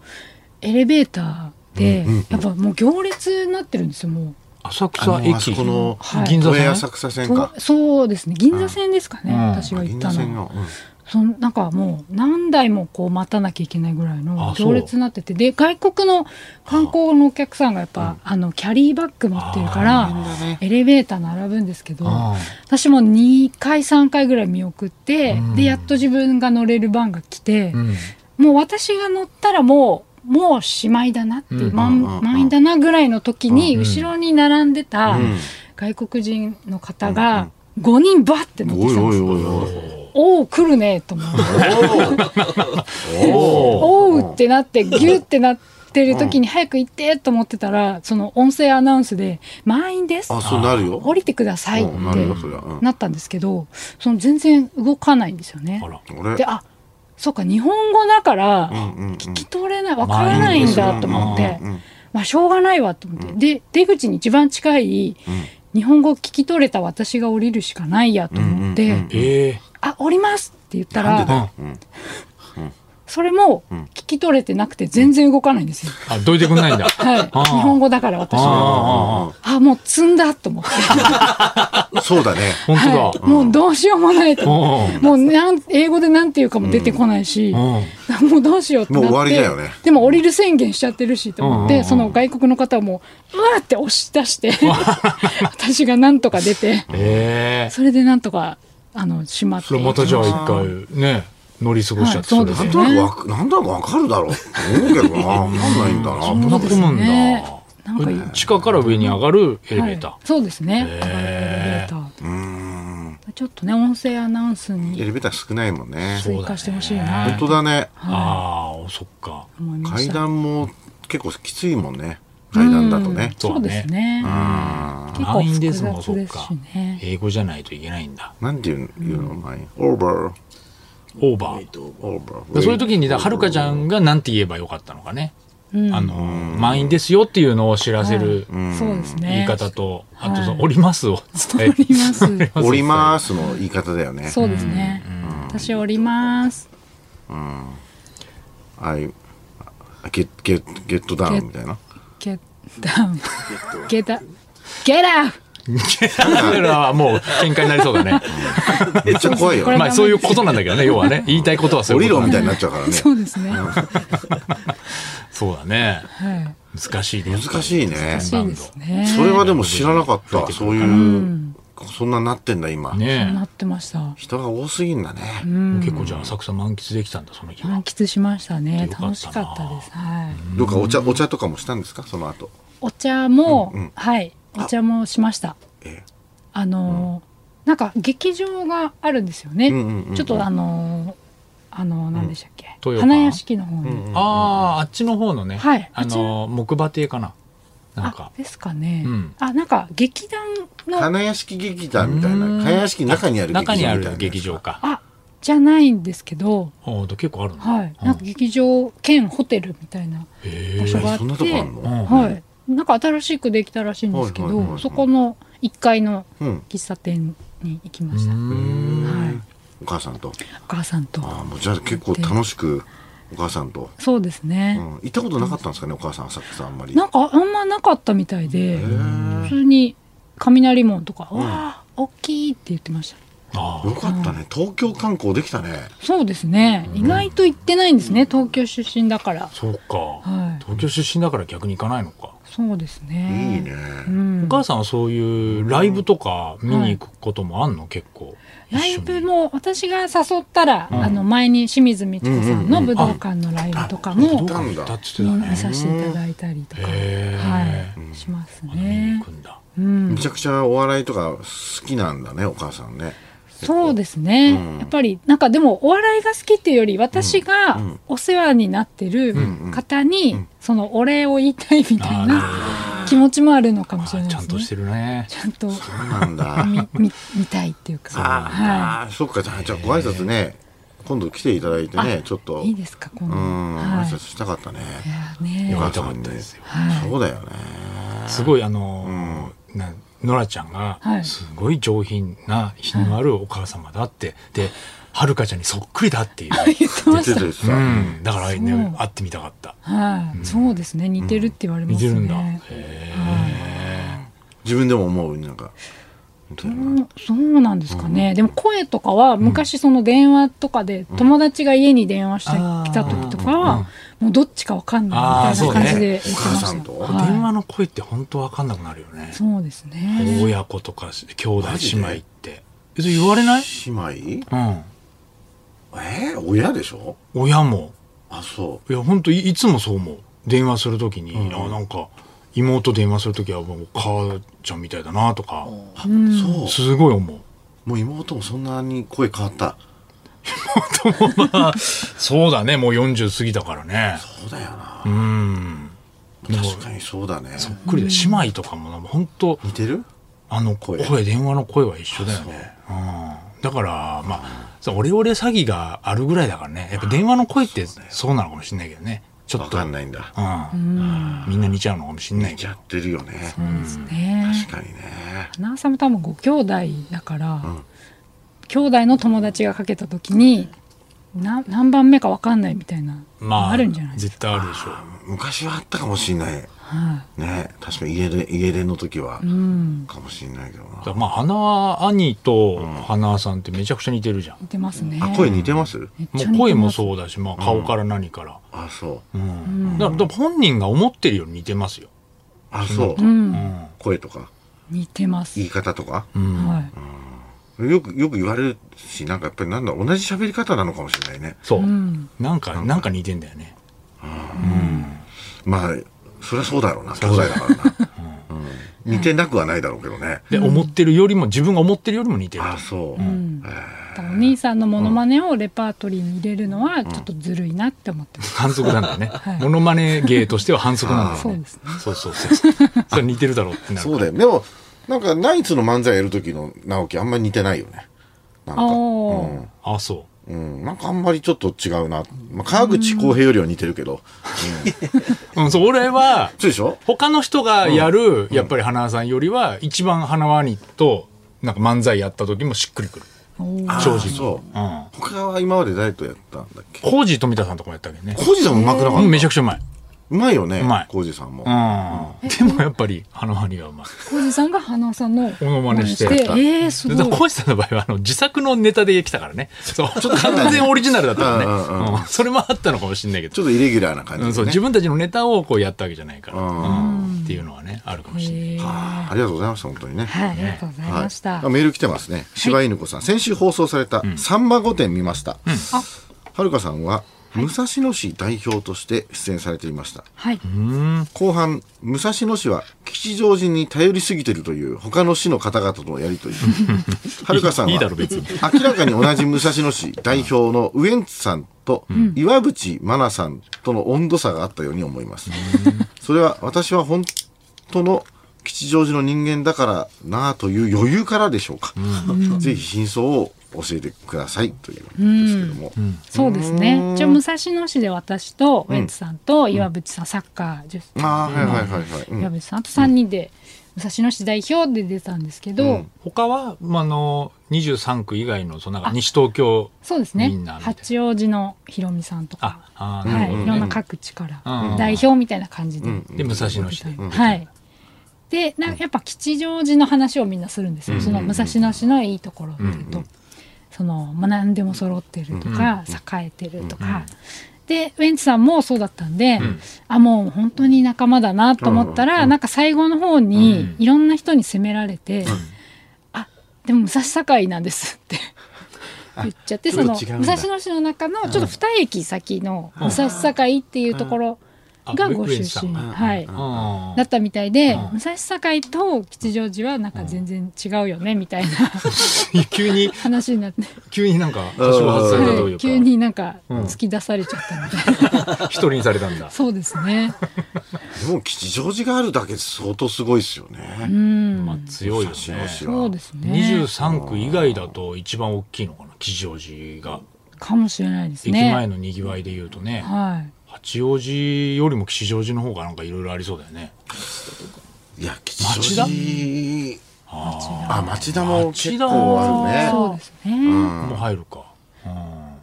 [SPEAKER 2] エレベーターで、やっぱもう行列になってるんですよ、も
[SPEAKER 3] 浅
[SPEAKER 4] あ
[SPEAKER 3] 草
[SPEAKER 4] の
[SPEAKER 3] 駅。
[SPEAKER 4] あそこの
[SPEAKER 2] はい
[SPEAKER 3] 銀座
[SPEAKER 4] 都営
[SPEAKER 3] 線
[SPEAKER 4] 浅草
[SPEAKER 2] う。
[SPEAKER 4] 線
[SPEAKER 2] と
[SPEAKER 4] か
[SPEAKER 2] そうですね、銀座線ですかね、
[SPEAKER 3] うん
[SPEAKER 2] 私が行っ
[SPEAKER 4] 銀
[SPEAKER 2] た
[SPEAKER 4] 座
[SPEAKER 2] の
[SPEAKER 4] 線が、
[SPEAKER 2] は。
[SPEAKER 4] うん
[SPEAKER 2] そのなんかもう何台もこう待たなきゃいけないぐらいの
[SPEAKER 3] あそう
[SPEAKER 2] 行列になっててで外国の観光のお客さんがやっぱあのキャリーバッグ持ってるからエレベーター並ぶんですけど
[SPEAKER 3] あ
[SPEAKER 2] 私も2回3回ぐらい見送って
[SPEAKER 3] うん
[SPEAKER 2] でやっと自分が乗れる番が来て
[SPEAKER 3] ーうん
[SPEAKER 2] もう私が乗ったらもうもうしまいだなっていう
[SPEAKER 3] うん
[SPEAKER 2] 満
[SPEAKER 4] うんうんうん
[SPEAKER 2] 満員だなぐらいの時に
[SPEAKER 3] うんうん
[SPEAKER 2] 後ろに並んでた
[SPEAKER 4] うん
[SPEAKER 2] 外国人の方が5人バッて乗ってきたん
[SPEAKER 4] お
[SPEAKER 2] で
[SPEAKER 4] い
[SPEAKER 2] す
[SPEAKER 4] おいおい
[SPEAKER 2] おお来るねと思って。
[SPEAKER 4] おいおお
[SPEAKER 2] おうってなってギュってなってる時に早く行ってと思ってたらその音声アナウンスで「満員です
[SPEAKER 4] あ」そうなるよ
[SPEAKER 2] 降りてください」って
[SPEAKER 4] うんなるよそりゃうん
[SPEAKER 2] なったんですけどその全然動かないんですよね
[SPEAKER 3] あ。ら
[SPEAKER 4] 俺
[SPEAKER 2] であそうか日本語だから
[SPEAKER 4] うんうんうん
[SPEAKER 2] 聞き取れないわからないんだと思って
[SPEAKER 4] うんうんうん
[SPEAKER 2] まあしょうがないわと思ってで出口に一番近い日本語聞き取れた私が降りるしかないやと思っ
[SPEAKER 4] うんう
[SPEAKER 2] て
[SPEAKER 4] んうん
[SPEAKER 3] ええ
[SPEAKER 2] 「あ降ります」って言ったら。
[SPEAKER 3] あ
[SPEAKER 2] それも聞き取れてなくて全然動かないんですよ。
[SPEAKER 3] あどいてくんないんだ
[SPEAKER 2] はい。
[SPEAKER 3] あー
[SPEAKER 2] 日本語だから私は。
[SPEAKER 3] ああ
[SPEAKER 2] あ、もう積んだと思って。
[SPEAKER 4] そうだね
[SPEAKER 3] 本当だ、
[SPEAKER 2] はい。もうどうしようもないと思って。
[SPEAKER 3] う
[SPEAKER 2] もうなん英語でなんていうかも出てこないし、もうどうしようってなって。
[SPEAKER 4] もう終わりだよね
[SPEAKER 2] でも降りる宣言しちゃってるしと思っ
[SPEAKER 3] うんうんう
[SPEAKER 2] て、
[SPEAKER 3] ん
[SPEAKER 2] その外国の方はもう、うわーって押し出して、 [LAUGHS] 私がなんとか出て、
[SPEAKER 3] ええ
[SPEAKER 2] それでなんとか、あの、しまって。
[SPEAKER 3] それまたじゃあ一回ね乗り過ごしちゃって、
[SPEAKER 2] はい
[SPEAKER 3] れ
[SPEAKER 2] そう
[SPEAKER 4] な
[SPEAKER 2] で
[SPEAKER 4] ん
[SPEAKER 2] す
[SPEAKER 4] と
[SPEAKER 2] よね
[SPEAKER 4] なくわかなんとなくわかるだろう思うけどな分かんないんだ
[SPEAKER 3] そんな
[SPEAKER 4] な
[SPEAKER 3] ことなんだ、
[SPEAKER 2] なんかいい
[SPEAKER 3] え地下から上に上がるエレベーター、
[SPEAKER 2] はいそうですね。エレベ
[SPEAKER 3] へー
[SPEAKER 2] ーター。
[SPEAKER 4] うん
[SPEAKER 2] ちょっとね、音声アナウンス
[SPEAKER 4] エ
[SPEAKER 2] に
[SPEAKER 4] レベーター少ないもんね
[SPEAKER 3] う
[SPEAKER 2] 追加してほしい
[SPEAKER 3] そうだね
[SPEAKER 2] な
[SPEAKER 4] 本当だね
[SPEAKER 3] ああそっか
[SPEAKER 2] と思いまし
[SPEAKER 4] 階
[SPEAKER 2] た。
[SPEAKER 4] 段も結構きついもんね階段だとね
[SPEAKER 2] そうですね。結構
[SPEAKER 3] 満員
[SPEAKER 2] 複
[SPEAKER 3] ですもん
[SPEAKER 2] 雑
[SPEAKER 3] そっ
[SPEAKER 2] です
[SPEAKER 3] か
[SPEAKER 2] しね。
[SPEAKER 3] 英語じゃないといけないんだ
[SPEAKER 4] なんていういうの前にオーバー
[SPEAKER 3] オーバー
[SPEAKER 4] オーバー
[SPEAKER 3] でそういう時にだはるかちゃんがなんて言えばよかったのかね、あの満員ですよっていうのを知らせる
[SPEAKER 2] そうですね。
[SPEAKER 3] 言い方と、
[SPEAKER 2] はい
[SPEAKER 3] あとその「降ります」を伝える
[SPEAKER 2] [LAUGHS] おります。
[SPEAKER 3] [LAUGHS]
[SPEAKER 4] 降りますの言い方だよね
[SPEAKER 2] そうですね。私おります。
[SPEAKER 4] I get get get down みたいな
[SPEAKER 2] get down。get up。get up!
[SPEAKER 3] だからもう喧嘩になりそう
[SPEAKER 2] [LAUGHS]
[SPEAKER 3] だね
[SPEAKER 4] めっちゃ怖いよ
[SPEAKER 2] これ
[SPEAKER 3] まあそういうことなんだけどね要は
[SPEAKER 2] [LAUGHS]
[SPEAKER 3] ね言いたいことはそう
[SPEAKER 4] 降
[SPEAKER 3] い
[SPEAKER 4] り
[SPEAKER 3] うこ
[SPEAKER 4] ろ
[SPEAKER 3] となん
[SPEAKER 4] み
[SPEAKER 3] だ
[SPEAKER 4] たいになっちゃうからね
[SPEAKER 2] そうですね。
[SPEAKER 3] そうだね
[SPEAKER 2] はい。
[SPEAKER 3] 難しいね
[SPEAKER 4] 難しいね
[SPEAKER 2] しいですね。
[SPEAKER 4] それはでも知らなかったそういうそんななってんだ今
[SPEAKER 3] ね
[SPEAKER 2] なってました。
[SPEAKER 4] 人が多すぎんだね
[SPEAKER 3] え結構じゃあ浅草満喫できたんだその日は
[SPEAKER 2] 満喫しましたね
[SPEAKER 3] よ。かったな
[SPEAKER 2] 楽しかったです。はい。
[SPEAKER 4] どうかお茶お茶とかもしたんですかその後
[SPEAKER 2] お茶も、
[SPEAKER 4] うんうん
[SPEAKER 2] はいお茶もしました
[SPEAKER 4] ええ
[SPEAKER 2] あのー、なんか劇場があるんですよね、
[SPEAKER 4] うんうんうんうん
[SPEAKER 2] ちょっとあのー、あのー、何でしたっけ、
[SPEAKER 3] うん
[SPEAKER 2] 花屋敷の方に、
[SPEAKER 4] ん
[SPEAKER 3] あああっちの方のね、
[SPEAKER 2] はい
[SPEAKER 3] あの木馬亭かななん
[SPEAKER 2] あ
[SPEAKER 3] か
[SPEAKER 2] ですかね、
[SPEAKER 3] うん
[SPEAKER 2] あなんか劇団の
[SPEAKER 4] 花屋敷劇団みたいな
[SPEAKER 3] うん
[SPEAKER 4] 花屋敷中にある劇場
[SPEAKER 3] 中
[SPEAKER 4] み
[SPEAKER 3] に
[SPEAKER 4] た
[SPEAKER 3] あ
[SPEAKER 4] いな
[SPEAKER 3] る劇場か
[SPEAKER 2] あじゃないんですけど
[SPEAKER 3] おー結構あるの
[SPEAKER 2] はいなんか劇場兼ホテルみたいな場所があ
[SPEAKER 4] え
[SPEAKER 2] って、
[SPEAKER 4] そんなとこあんの
[SPEAKER 3] うん
[SPEAKER 2] はいなんか新しくできたらしいんですけど、
[SPEAKER 4] はいはいはいはい
[SPEAKER 2] そこの1階の
[SPEAKER 4] うん
[SPEAKER 2] 喫茶店に行きました、
[SPEAKER 3] うん
[SPEAKER 2] はい
[SPEAKER 4] お母さんと
[SPEAKER 2] お母さんと
[SPEAKER 4] ああもうじゃあ結構楽しくお母さんと、
[SPEAKER 2] そうですね、
[SPEAKER 4] うん、行ったことなかったんですかねお母さん浅草あんまり
[SPEAKER 2] なんかあんまなかったみたいで普通に雷門とか「わあ大きい」って言ってました
[SPEAKER 3] あ
[SPEAKER 4] よかったね東京観光できたね
[SPEAKER 2] そうですね意外と行ってないんですね東京出身だから
[SPEAKER 3] ーそうか、
[SPEAKER 2] はい
[SPEAKER 3] 東京出身だから逆に行かないのか、
[SPEAKER 2] そうですね
[SPEAKER 4] いいね
[SPEAKER 2] うん
[SPEAKER 3] お母さんはそういうライブとか見に行くこともあんの結構
[SPEAKER 2] ライブ
[SPEAKER 3] も
[SPEAKER 2] も私が誘ったら、あの前に清水美智子さんの武道館のライブとか
[SPEAKER 3] ど
[SPEAKER 2] も
[SPEAKER 3] うか行ったっつってたね
[SPEAKER 2] 見させていただいたりとか、
[SPEAKER 3] へえ
[SPEAKER 2] はい、します
[SPEAKER 3] 見に
[SPEAKER 2] ね
[SPEAKER 3] 行く。んだ
[SPEAKER 2] うん
[SPEAKER 4] めちゃくちゃお笑いとか好きなんだねお母さんね
[SPEAKER 2] そうですね、
[SPEAKER 4] うん
[SPEAKER 2] やっぱりなんかでもお笑いが好きっていうより私が
[SPEAKER 4] うん
[SPEAKER 2] お世話になってる方にそのお礼を言いたいみたいな気持ちもあるのかもしれ
[SPEAKER 3] あ
[SPEAKER 2] ないで
[SPEAKER 3] ちゃ
[SPEAKER 2] す
[SPEAKER 3] ん
[SPEAKER 2] ね。
[SPEAKER 3] としてるね
[SPEAKER 2] ちゃんと
[SPEAKER 4] そうな
[SPEAKER 2] [LAUGHS]
[SPEAKER 4] んだ
[SPEAKER 2] 見見見たいっていうか、は
[SPEAKER 4] ああそっかじゃあじゃあご挨拶ね今度来ていただいてね
[SPEAKER 2] あ
[SPEAKER 4] ちょっと
[SPEAKER 2] い、いいですかこ
[SPEAKER 4] う
[SPEAKER 2] の、
[SPEAKER 4] ん挨
[SPEAKER 2] はい
[SPEAKER 4] 拶、したかったね
[SPEAKER 2] いやね
[SPEAKER 4] お
[SPEAKER 3] よか
[SPEAKER 4] 母
[SPEAKER 3] った
[SPEAKER 4] さ
[SPEAKER 3] かっ
[SPEAKER 4] ん
[SPEAKER 3] た
[SPEAKER 4] ね
[SPEAKER 3] ですよ
[SPEAKER 2] はい
[SPEAKER 4] そうだよね
[SPEAKER 3] すごいあのーなノラちゃんが
[SPEAKER 2] はい
[SPEAKER 3] すごい上品な品のあるお母様だってではるかちゃんにそっくりだってい
[SPEAKER 2] [LAUGHS]
[SPEAKER 3] う、
[SPEAKER 2] 言って
[SPEAKER 4] 出
[SPEAKER 2] ま
[SPEAKER 4] て
[SPEAKER 2] した
[SPEAKER 4] るし
[SPEAKER 3] う
[SPEAKER 4] さ
[SPEAKER 3] ん、だから
[SPEAKER 2] そ
[SPEAKER 3] ね
[SPEAKER 2] う
[SPEAKER 3] 会ってみたかった
[SPEAKER 2] はい、そうですね似てるって言われま
[SPEAKER 3] 見
[SPEAKER 2] す
[SPEAKER 3] て
[SPEAKER 2] ね
[SPEAKER 3] るんだへ
[SPEAKER 2] はい
[SPEAKER 3] え
[SPEAKER 4] 自分でも思うなんか
[SPEAKER 2] そうそうなんですかね、でも声とかは昔その電話とかで友達が家に電話してきた時とかはもうどっちかわかんないみたいな感じで言ってました
[SPEAKER 4] あーそうね
[SPEAKER 2] よ
[SPEAKER 4] お母さん
[SPEAKER 2] はい
[SPEAKER 3] 電話の声って本当わかんなくなるよね。
[SPEAKER 2] そうですね
[SPEAKER 3] 親子とか兄弟
[SPEAKER 4] マジ
[SPEAKER 3] 姉
[SPEAKER 4] で
[SPEAKER 3] 妹って。えそれ言われない？
[SPEAKER 4] 姉妹
[SPEAKER 3] うん。
[SPEAKER 4] えー、親でしょ
[SPEAKER 3] 親も
[SPEAKER 4] あそ
[SPEAKER 3] いや本当いいつもそう思う。電話するときに、あなんか妹電話するときはもう母ちゃんみたいだなとか、
[SPEAKER 4] うあそう
[SPEAKER 3] すごい思う。
[SPEAKER 4] もう妹もそんなに声変わった
[SPEAKER 3] そうだねもう40過ぎたからね。
[SPEAKER 4] そうだよな
[SPEAKER 3] うん。
[SPEAKER 4] 確かにそうだね
[SPEAKER 3] そっくりで姉妹とかもなんか本当
[SPEAKER 4] 似てる
[SPEAKER 3] あの声
[SPEAKER 4] 声
[SPEAKER 3] 電話の声は一緒だよね。うん、だからまあそうオレオレ詐欺があるぐらいだからねやっぱ電話の声ってそうなのかもしれないけどねちょ
[SPEAKER 4] わ
[SPEAKER 3] っと、う
[SPEAKER 4] かん
[SPEAKER 3] ん、
[SPEAKER 4] ないんだ
[SPEAKER 3] みんな似ちゃうのかもしれない
[SPEAKER 4] 似
[SPEAKER 3] け
[SPEAKER 4] ち
[SPEAKER 3] ど
[SPEAKER 4] ゃ。ってるよね
[SPEAKER 2] ですね
[SPEAKER 4] 確かにね
[SPEAKER 2] 花輪さんも多分ご兄弟だから、兄弟の友達がかけた時にな何番目かわかんないみたいな
[SPEAKER 3] まあ、
[SPEAKER 2] あるんじゃないです
[SPEAKER 3] 絶対あるでしょう。
[SPEAKER 4] 昔はあったかもしれない
[SPEAKER 2] か、はい
[SPEAKER 4] ね確かに家で家出の時は
[SPEAKER 2] うん
[SPEAKER 4] かもしれないけど
[SPEAKER 3] だか
[SPEAKER 4] な
[SPEAKER 3] らまあ、花輪兄と花輪さんってめちゃくちゃ似てるじゃん。
[SPEAKER 2] 似てますね
[SPEAKER 4] あ声似てます
[SPEAKER 2] めっちゃ似てま
[SPEAKER 3] もう
[SPEAKER 2] す
[SPEAKER 3] 声もそうだし、まあ、顔から何から。
[SPEAKER 4] あそう
[SPEAKER 3] うんだから、だから本人が思ってるより似てますよ。
[SPEAKER 4] あそう
[SPEAKER 2] うん
[SPEAKER 4] 声とか
[SPEAKER 2] 似てます
[SPEAKER 4] 言い方とか
[SPEAKER 2] はい
[SPEAKER 4] よくよく言われるしなんかやっぱりなんだ同じ喋り方なのかもしれないね
[SPEAKER 3] そう。
[SPEAKER 2] ん
[SPEAKER 3] なんか、なんか似てんだよね。
[SPEAKER 4] まあそりゃそうだろうな兄弟だからなうん似てなくはないだろうけどね
[SPEAKER 3] で、思ってるよりも、自分が思ってるよりも似てると
[SPEAKER 4] あそ
[SPEAKER 2] う
[SPEAKER 4] う
[SPEAKER 2] んだからお兄さんのモノマネをレパートリーに入れるのはちょっとずるいなって思ってます、
[SPEAKER 3] 反則なんだよね
[SPEAKER 2] はい。
[SPEAKER 3] モノマネ芸としては反則なんだ
[SPEAKER 2] そう
[SPEAKER 3] よね
[SPEAKER 2] ですね。
[SPEAKER 3] そうそうそう。それ似てるだろうってなる
[SPEAKER 4] そうだよでもなんかナイツの漫才やる時の直樹あんまり似てないよねなんか
[SPEAKER 2] おー
[SPEAKER 3] あ、そう。
[SPEAKER 4] うん、なんかあんまりちょっと違うな。まあ、川口浩平よりは似てるけど。
[SPEAKER 3] うん、そう、俺は、
[SPEAKER 4] そうでしょ
[SPEAKER 3] 他の人がやる、やっぱり花輪さんよりは、一番花輪にと、なんか漫才やった時もしっくりくる。
[SPEAKER 2] おー
[SPEAKER 3] 正直
[SPEAKER 4] あーそう。
[SPEAKER 3] うん。
[SPEAKER 4] 他は今まで誰とやったんだっけ
[SPEAKER 3] コージー富田さんとかもやったわけどね。
[SPEAKER 4] 浩二さんもうまくなか
[SPEAKER 3] う
[SPEAKER 4] った。
[SPEAKER 3] ん、めちゃくちゃうまい。
[SPEAKER 4] うまいよね。
[SPEAKER 3] うまい
[SPEAKER 4] 浩二さんも。
[SPEAKER 3] うん。でもやっぱり、花輪にはうまい。
[SPEAKER 2] 浩二さんが花さんの
[SPEAKER 3] モノマネして
[SPEAKER 2] 真似えー、す
[SPEAKER 3] でだから
[SPEAKER 2] ごい
[SPEAKER 3] コージーさんの場合は、あの、自作のネタで来たからね。そう。完全オリジナルだったからね。
[SPEAKER 4] うんうんうん
[SPEAKER 3] うんそれもあったのかもしれないけど
[SPEAKER 4] ち。ょっとイレギュラーな感
[SPEAKER 3] う
[SPEAKER 4] じで、ね
[SPEAKER 3] ん、そう自分たちのネタをこうやったわけじゃないから、
[SPEAKER 4] うん
[SPEAKER 3] うんっていうのはねあるかもしれない、
[SPEAKER 2] えー
[SPEAKER 4] ありがとうございました、本当にね。
[SPEAKER 2] はい、ありがとうございました、
[SPEAKER 4] あメール来てますね。柴犬子さん、先週放送されたさんま御殿見ました。はるかさんは、武蔵野市代表として出演されていました。
[SPEAKER 2] はい、
[SPEAKER 4] 後半武蔵野市は吉祥寺に頼りすぎてるという他の市の方々とのやりとりはるかさんはい
[SPEAKER 3] いだろ別に
[SPEAKER 4] 明らかに同じ武蔵野市代表のウエンツさんと岩渕真奈さんとの温度差があったように思いますそれは私は本当の吉祥寺の人間だからなあという余裕からでしょうか、ぜひ真相を教えてくださいということですけども、
[SPEAKER 2] そうですね一応武蔵野市で私とウエンツさんと岩渕さん、サッカー10
[SPEAKER 4] ああはいはいはいはい、うん
[SPEAKER 2] 岩渕さんあと3人で武蔵野市代表で出たんですけど、
[SPEAKER 3] 他は、まあ、あの23区以外のそのなんか西東京
[SPEAKER 2] そうですね
[SPEAKER 3] みんなみたいな
[SPEAKER 2] 八王子のひろみさんとか
[SPEAKER 3] ああー
[SPEAKER 2] は
[SPEAKER 3] なる
[SPEAKER 2] い、
[SPEAKER 3] ほど
[SPEAKER 2] い
[SPEAKER 3] ね
[SPEAKER 2] ろんな各地から
[SPEAKER 3] うん
[SPEAKER 2] 代表みたいな感じで、
[SPEAKER 4] ん
[SPEAKER 3] で武蔵野市で、
[SPEAKER 2] はいでなんかやっぱ吉祥寺の話をみんなするんですよ、その武蔵野市のいいところっていうと、そのまあ何でも揃ってるとか、栄えてるとか、でウエンツさんもそうだったんで、あもう本当に仲間だなと思ったら、なんか最後の方にいろんな人に責められて、あでも武蔵境なんですって。言っちゃってその
[SPEAKER 4] ちょっと違うん
[SPEAKER 2] 武
[SPEAKER 4] だ
[SPEAKER 2] 蔵野市の中のちょっと二駅先の武蔵境っていうところがご出身、
[SPEAKER 3] うんあ
[SPEAKER 2] はい、
[SPEAKER 3] あ
[SPEAKER 2] だ
[SPEAKER 3] ー
[SPEAKER 2] ったみたいで、武蔵境と吉祥寺はなんか全然違うよねみたいな
[SPEAKER 3] 急 [LAUGHS] に
[SPEAKER 2] 話になって、
[SPEAKER 3] 急になんか多少外されたというか
[SPEAKER 2] 急になんか突き出されちゃったみたいな、
[SPEAKER 3] 一人にされたんだ
[SPEAKER 2] そうですね。
[SPEAKER 4] でも吉祥寺があるだけで相当すごいですよね、
[SPEAKER 2] うん、
[SPEAKER 3] [LAUGHS] まあ強いよね
[SPEAKER 4] 武蔵野市は
[SPEAKER 2] そうですね。
[SPEAKER 3] 23区以外だと一番大きいのかな吉祥寺が、
[SPEAKER 2] かもしれないです
[SPEAKER 3] 駅
[SPEAKER 2] ね。
[SPEAKER 3] 前のにぎわいでいうとね
[SPEAKER 2] はい。
[SPEAKER 3] 八王子よりも吉祥寺の方がなんかいろいろありそうだよね
[SPEAKER 4] いや、吉祥寺。あ、町田も結
[SPEAKER 3] 町田
[SPEAKER 4] 構あるね。
[SPEAKER 2] そうですね、
[SPEAKER 3] もう入るか、うん、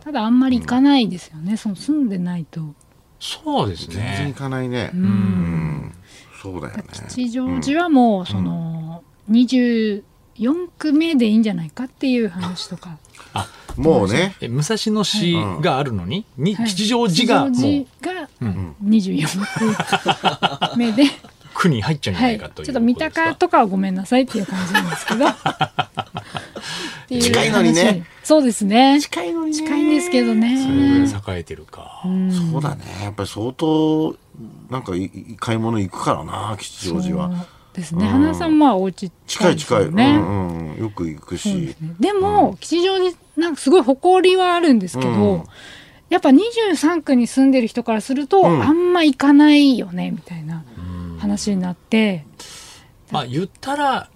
[SPEAKER 2] ただあんまり行かないですよね。その住んでないと。
[SPEAKER 3] そうです
[SPEAKER 4] 全然行
[SPEAKER 3] ね
[SPEAKER 4] かないね。
[SPEAKER 2] うん。
[SPEAKER 4] そうだよね。
[SPEAKER 2] 吉祥寺はもうその24 4区目でいいんじゃないかっていう話とか。
[SPEAKER 3] あ
[SPEAKER 4] もうね、
[SPEAKER 3] え武蔵野市があるのに,、に
[SPEAKER 2] はい
[SPEAKER 3] 吉祥寺がもう
[SPEAKER 2] 吉祥寺が24区目で、
[SPEAKER 3] 区に入っちゃうんじゃ
[SPEAKER 2] は
[SPEAKER 3] ない
[SPEAKER 2] い、ちょ
[SPEAKER 3] か
[SPEAKER 2] っ
[SPEAKER 3] という
[SPEAKER 2] と三鷹とかはごめんなさいっていう感じなんですけ
[SPEAKER 3] [LAUGHS]
[SPEAKER 2] ど。ってう
[SPEAKER 4] 近いのにね。
[SPEAKER 2] そうですね。
[SPEAKER 4] 近いのにね
[SPEAKER 2] 近いんですけど
[SPEAKER 3] それぐ
[SPEAKER 2] ね。
[SPEAKER 3] らい栄えてるか、
[SPEAKER 4] そうだねやっぱり相当なんかいい買い物行くからな吉祥寺は
[SPEAKER 2] そうですね。花さんまあお家
[SPEAKER 4] 近い
[SPEAKER 2] です
[SPEAKER 4] 近い、
[SPEAKER 2] よ
[SPEAKER 4] う
[SPEAKER 2] ね。
[SPEAKER 4] んうん、よく行く
[SPEAKER 2] そうで
[SPEAKER 4] し
[SPEAKER 2] すねでも、吉祥寺なんかすごい誇りはあるんですけど、
[SPEAKER 4] うん
[SPEAKER 2] やっぱ23区に住んでる人からすると、
[SPEAKER 4] うん
[SPEAKER 2] あんま行かないよねみたいな話になって、
[SPEAKER 3] まあ言ったら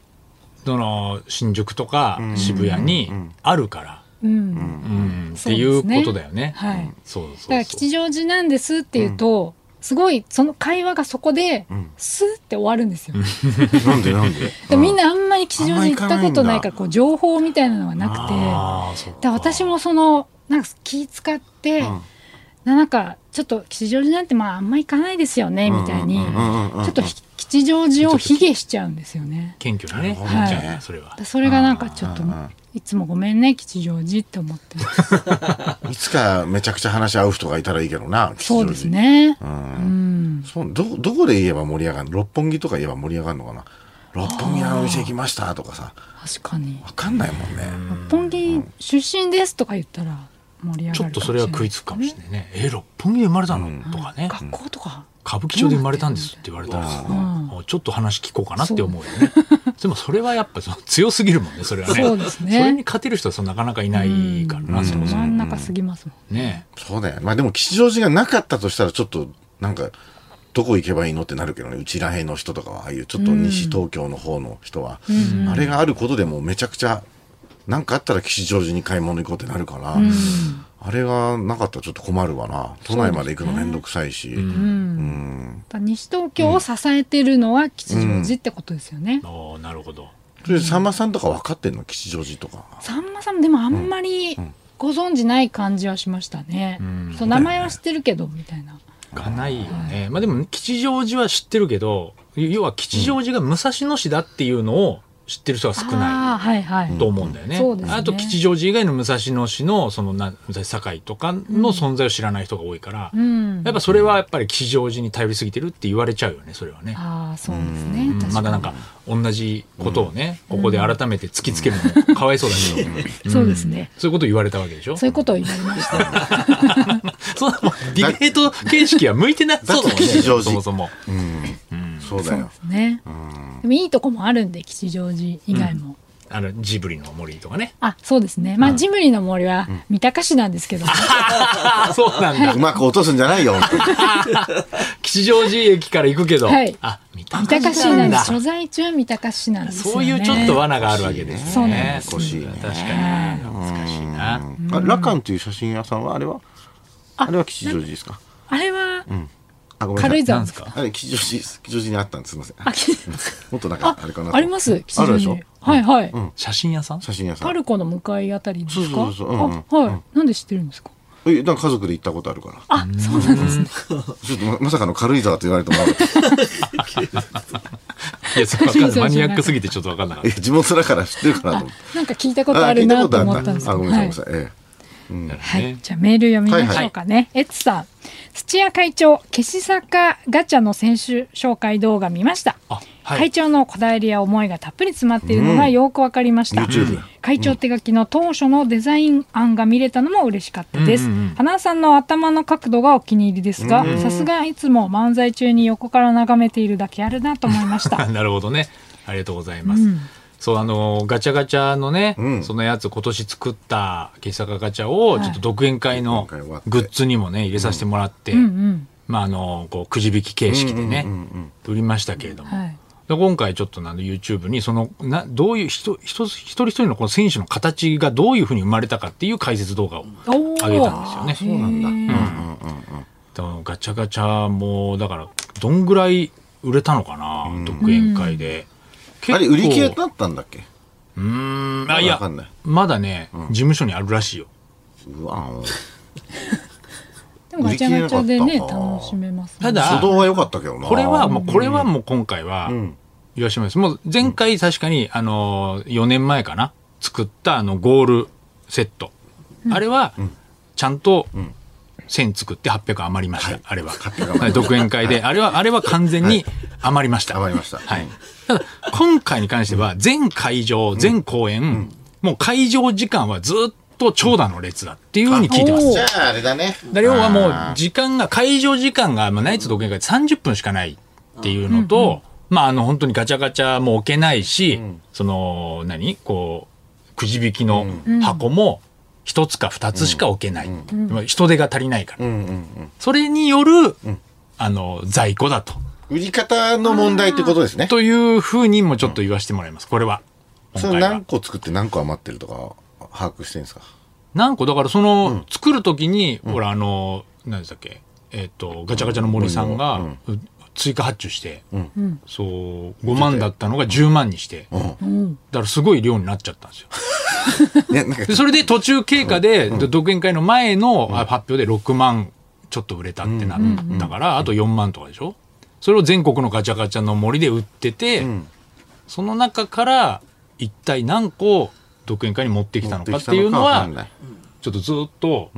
[SPEAKER 3] その新宿とか
[SPEAKER 4] うん
[SPEAKER 3] 渋谷にあるから、
[SPEAKER 2] うん
[SPEAKER 3] うんっていうことだよ
[SPEAKER 2] そうです
[SPEAKER 3] ね。
[SPEAKER 2] ねはい
[SPEAKER 3] そうそうそう
[SPEAKER 2] だから吉祥寺なんですっていうと、すごいその会話がそこで
[SPEAKER 4] ん
[SPEAKER 2] スーって終わるんですよ。
[SPEAKER 4] なんでなんで
[SPEAKER 2] でみんなあんまり吉祥寺行ったことないからこう情報みたいなのがなくて。
[SPEAKER 3] あーそっか
[SPEAKER 2] だから私もそのなんか気使って、
[SPEAKER 4] ん
[SPEAKER 2] なんかちょっと吉祥寺なんてまああんま行かないですよねみたいに、
[SPEAKER 4] うんうんうんうんうん
[SPEAKER 2] ちょっとひ吉祥寺を卑下しちゃうんですよね。
[SPEAKER 3] 謙虚にね、
[SPEAKER 4] はい
[SPEAKER 3] なっちゃうねそれは
[SPEAKER 2] だ。それがなんかちょっといつもごめんね吉祥寺って思
[SPEAKER 4] [LAUGHS]
[SPEAKER 2] ってます
[SPEAKER 4] いつかめちゃくちゃ話し合う人がいたらいいけどな吉祥
[SPEAKER 2] そ
[SPEAKER 4] 寺
[SPEAKER 2] うですね。
[SPEAKER 4] そうどどこで言えば盛り上がるの六本木とか言えば盛り上がるのかな六本木のお店行きましたとかさ
[SPEAKER 2] 確かに。
[SPEAKER 4] わかんないもんね
[SPEAKER 2] 六本木出身ですとか言ったら盛り上がる
[SPEAKER 3] ちょっとそれは食いつくかもしれないね。え、六本木で生まれたのとかね。
[SPEAKER 2] 学校とか。
[SPEAKER 3] 歌舞伎町で生まれたんですって言われたらさ、あちょっと話聞こうかなって思うよね。でもそれはやっぱその強すぎるもんね、それはね。
[SPEAKER 2] そうですね
[SPEAKER 3] それに勝てる人はそうなかなかいないからな、そもそ
[SPEAKER 2] 真
[SPEAKER 3] も。
[SPEAKER 2] ん中すぎますもん。
[SPEAKER 3] ね。
[SPEAKER 4] そうだよまあでも吉祥寺がなかったとしたらちょっとなんかどこ行けばいいのってなるけどねうちらへんの人とかはああいうちょっと西東京の方の人は、あれがあることでもうめちゃくちゃなんかあったら吉祥寺に買い物行こうってなるから、あれがなかったらちょっと困るわな都内まで行くのめんどくさい
[SPEAKER 2] だ
[SPEAKER 4] し、
[SPEAKER 2] から西東京を支えてるのは吉祥寺ってことですよね。
[SPEAKER 3] おーなるほど。
[SPEAKER 4] それでさんまさんとか分かってんの吉祥寺とか
[SPEAKER 2] さんまさんでもあんまりご存知ない感じはしましたね。そう名前は知ってるけどみたいな。
[SPEAKER 3] がないよね。まあでも吉祥寺は知ってるけど、要は吉祥寺が武蔵野市だっていうのを知ってる人は少ない。
[SPEAKER 2] ああはいはい。
[SPEAKER 3] と思うんだよね。
[SPEAKER 2] そうですね
[SPEAKER 3] あと吉祥寺以外の武蔵野市のそのな武蔵境とかの存在を知らない人が多いから、
[SPEAKER 2] ん
[SPEAKER 3] やっぱそれはやっぱり吉祥寺に頼りすぎてるって言われちゃうよねそれはね。
[SPEAKER 2] ああそうですね。確かに
[SPEAKER 3] まだなんか同じことをね、ここで改めて突きつけるのもかわいそうだけど、
[SPEAKER 2] そうですね。
[SPEAKER 3] そういうことを言われたわけでしょ
[SPEAKER 2] そういうことを言われました。
[SPEAKER 3] そうもうディベート形式は向いてなそうだもんね
[SPEAKER 4] だって吉祥寺
[SPEAKER 3] そもそも
[SPEAKER 4] そうだよ
[SPEAKER 2] ね。でもいいとこもあるんで吉祥寺以外も。
[SPEAKER 3] あのジブリの森とかね
[SPEAKER 2] あそうですね。まあジムリの森は三鷹市なんですけど。
[SPEAKER 3] あそうなんだ
[SPEAKER 4] うまく落とすんじゃないよ本当
[SPEAKER 3] [LAUGHS]
[SPEAKER 4] に
[SPEAKER 3] 吉祥寺駅から行くけど、
[SPEAKER 2] はい
[SPEAKER 3] あ三鷹
[SPEAKER 2] 三鷹市
[SPEAKER 3] 市な
[SPEAKER 2] なん
[SPEAKER 3] ん
[SPEAKER 2] で
[SPEAKER 3] だ
[SPEAKER 2] す。所在地は三鷹市なんですよ、ね。
[SPEAKER 3] そういうちょっと罠があるわけですね。
[SPEAKER 2] そうなん
[SPEAKER 4] ですそうなんです
[SPEAKER 3] 確かにね。難しいな。
[SPEAKER 4] あラカンという写真屋さんはあれはあれは吉祥寺ですか
[SPEAKER 2] あれは、
[SPEAKER 4] あごめんなさ
[SPEAKER 2] 軽井
[SPEAKER 4] い
[SPEAKER 2] 沢
[SPEAKER 3] なん
[SPEAKER 2] で
[SPEAKER 3] ですす
[SPEAKER 2] か。
[SPEAKER 3] か。
[SPEAKER 4] あれ吉祥寺です吉祥寺にあったんですすみません
[SPEAKER 2] あ、き
[SPEAKER 4] もっとなんか
[SPEAKER 2] あ
[SPEAKER 4] あれかなと
[SPEAKER 2] あります。吉
[SPEAKER 4] あ
[SPEAKER 2] 祥
[SPEAKER 4] るでしょ
[SPEAKER 2] 寺。はいはい。
[SPEAKER 3] 写真屋さん。
[SPEAKER 4] 写真屋さ
[SPEAKER 2] パ
[SPEAKER 4] ん
[SPEAKER 2] ルコの向かいあたりですか。
[SPEAKER 4] そうそうそううん
[SPEAKER 2] あ、はい。なんで知ってるんですか。
[SPEAKER 4] えなんか家族で行ったことあるから
[SPEAKER 2] あ、そうなんですね。
[SPEAKER 4] ちょっとままさかの軽井沢と言われてもある [LAUGHS]
[SPEAKER 3] いや、それわかんな
[SPEAKER 2] 写
[SPEAKER 3] い
[SPEAKER 2] 真
[SPEAKER 3] マニアックすぎてちょっとわかんなかっ
[SPEAKER 4] え地元だから知ってるかなと思って
[SPEAKER 2] なんか聞いたことあるなと思ったんですけ
[SPEAKER 4] あ
[SPEAKER 2] ど。
[SPEAKER 4] 聞いたことあるんだあごめんなさいごめんなさい、え
[SPEAKER 3] た。
[SPEAKER 2] はい、
[SPEAKER 3] ね
[SPEAKER 2] じゃあメール読みましょうかね。エッツさん、土屋会長、消し坂ガチャの選手紹介動画見ました。
[SPEAKER 3] あはい
[SPEAKER 2] 会長のこだわりや思いがたっぷり詰まっているのがよくわかりました。
[SPEAKER 4] YouTube
[SPEAKER 2] 会長手書きの当初のデザイン案が見れたのも嬉しかったです。
[SPEAKER 3] うんうんうん
[SPEAKER 2] 花さんの頭の角度がお気に入りですが、さすがいつも漫才中に横から眺めているだけあるなと思いました。
[SPEAKER 3] [LAUGHS] なるほどね。ありがとうございます。そうあのガチャガチャのね、
[SPEAKER 4] ん
[SPEAKER 3] そのやつ今年作った消し坂ガチャをちょっと独演会の
[SPEAKER 4] 独演会終わって
[SPEAKER 3] グッズにもね入れさせてもらって、
[SPEAKER 2] うんうん。
[SPEAKER 3] まああのこうくじ引き形式でね、
[SPEAKER 4] うんうんうん
[SPEAKER 3] 売りましたけれども、
[SPEAKER 2] はい。
[SPEAKER 3] で今回ちょっとあの YouTube にそのなどういう人一つ一人一人のこの選手の形がどういうふうに生まれたかっていう解説動画を
[SPEAKER 2] おお。
[SPEAKER 3] 上げたんですよね。
[SPEAKER 4] そうなんだ、うん
[SPEAKER 3] でもガチャガチャもだからどんぐらい売れたのかな、独演会で。結構
[SPEAKER 4] あれ売り切れになったんだっけ
[SPEAKER 3] うーんあい
[SPEAKER 4] わ
[SPEAKER 3] や
[SPEAKER 4] かんない
[SPEAKER 3] まだね、事務所にあるらしいよ。
[SPEAKER 4] うわぁ
[SPEAKER 2] でもガチャガチャで
[SPEAKER 4] 売り切
[SPEAKER 2] ね
[SPEAKER 4] れなかったか
[SPEAKER 2] 楽しめます、ね。
[SPEAKER 3] ただ
[SPEAKER 4] 初動は良かったけどな
[SPEAKER 3] これはもうこれはもう今回は、言わしてもらいます。もう前回確かに、あのー、4年前かな、作ったあの、ゴールセット。あれは、ちゃんと、1000作って800余りました。あれは。はい独演会で。あれは、あれは完全に余りました。
[SPEAKER 4] 余りました
[SPEAKER 3] はい。ただ、今回に関しては、全会場、全公演、もう会場時間はずっと長蛇の列だっていうふうに聞いてます
[SPEAKER 2] あおー。
[SPEAKER 4] じゃあ、あれだね。
[SPEAKER 3] だから要はも
[SPEAKER 4] あ
[SPEAKER 3] う時間が、会場時間が、まあ、ナイツ独演会で30分しかないっていうのと、まあ、あの、本当にガチャガチャも置けないし、その、何こう、くじ引きの箱も一つか二つしか置けない。まあ人手が足りないから。
[SPEAKER 4] ーうんうんうん
[SPEAKER 3] それによる、あの、在庫だと。
[SPEAKER 4] 売り方の問題ってことですね。
[SPEAKER 3] というふうにもちょっと言わせてもらいます。これは。
[SPEAKER 4] そ
[SPEAKER 3] 今
[SPEAKER 4] れ
[SPEAKER 3] 回は
[SPEAKER 4] 何。個作って何個余ってるとか、把握してるんですか
[SPEAKER 3] 何個だからその、作る時に、ほらあの何でしたっけえっ、とガチャガチャの森さんが、う追加発注して、そう5万だったのが10万にして、だからすごい量になっちゃったん [LAUGHS] ですよ
[SPEAKER 4] ね、なんか
[SPEAKER 3] で、それで途中経過で、ど独演会の前のあ発表で6万ちょっと売れたってなったから、あと4万とかでしょそれを全国のガチャガチャの森で売ってて、その中から一体何個独演会に持ってき [LAUGHS] たのかっていうの
[SPEAKER 4] わか
[SPEAKER 3] は
[SPEAKER 4] んない
[SPEAKER 3] ちょっとずっと、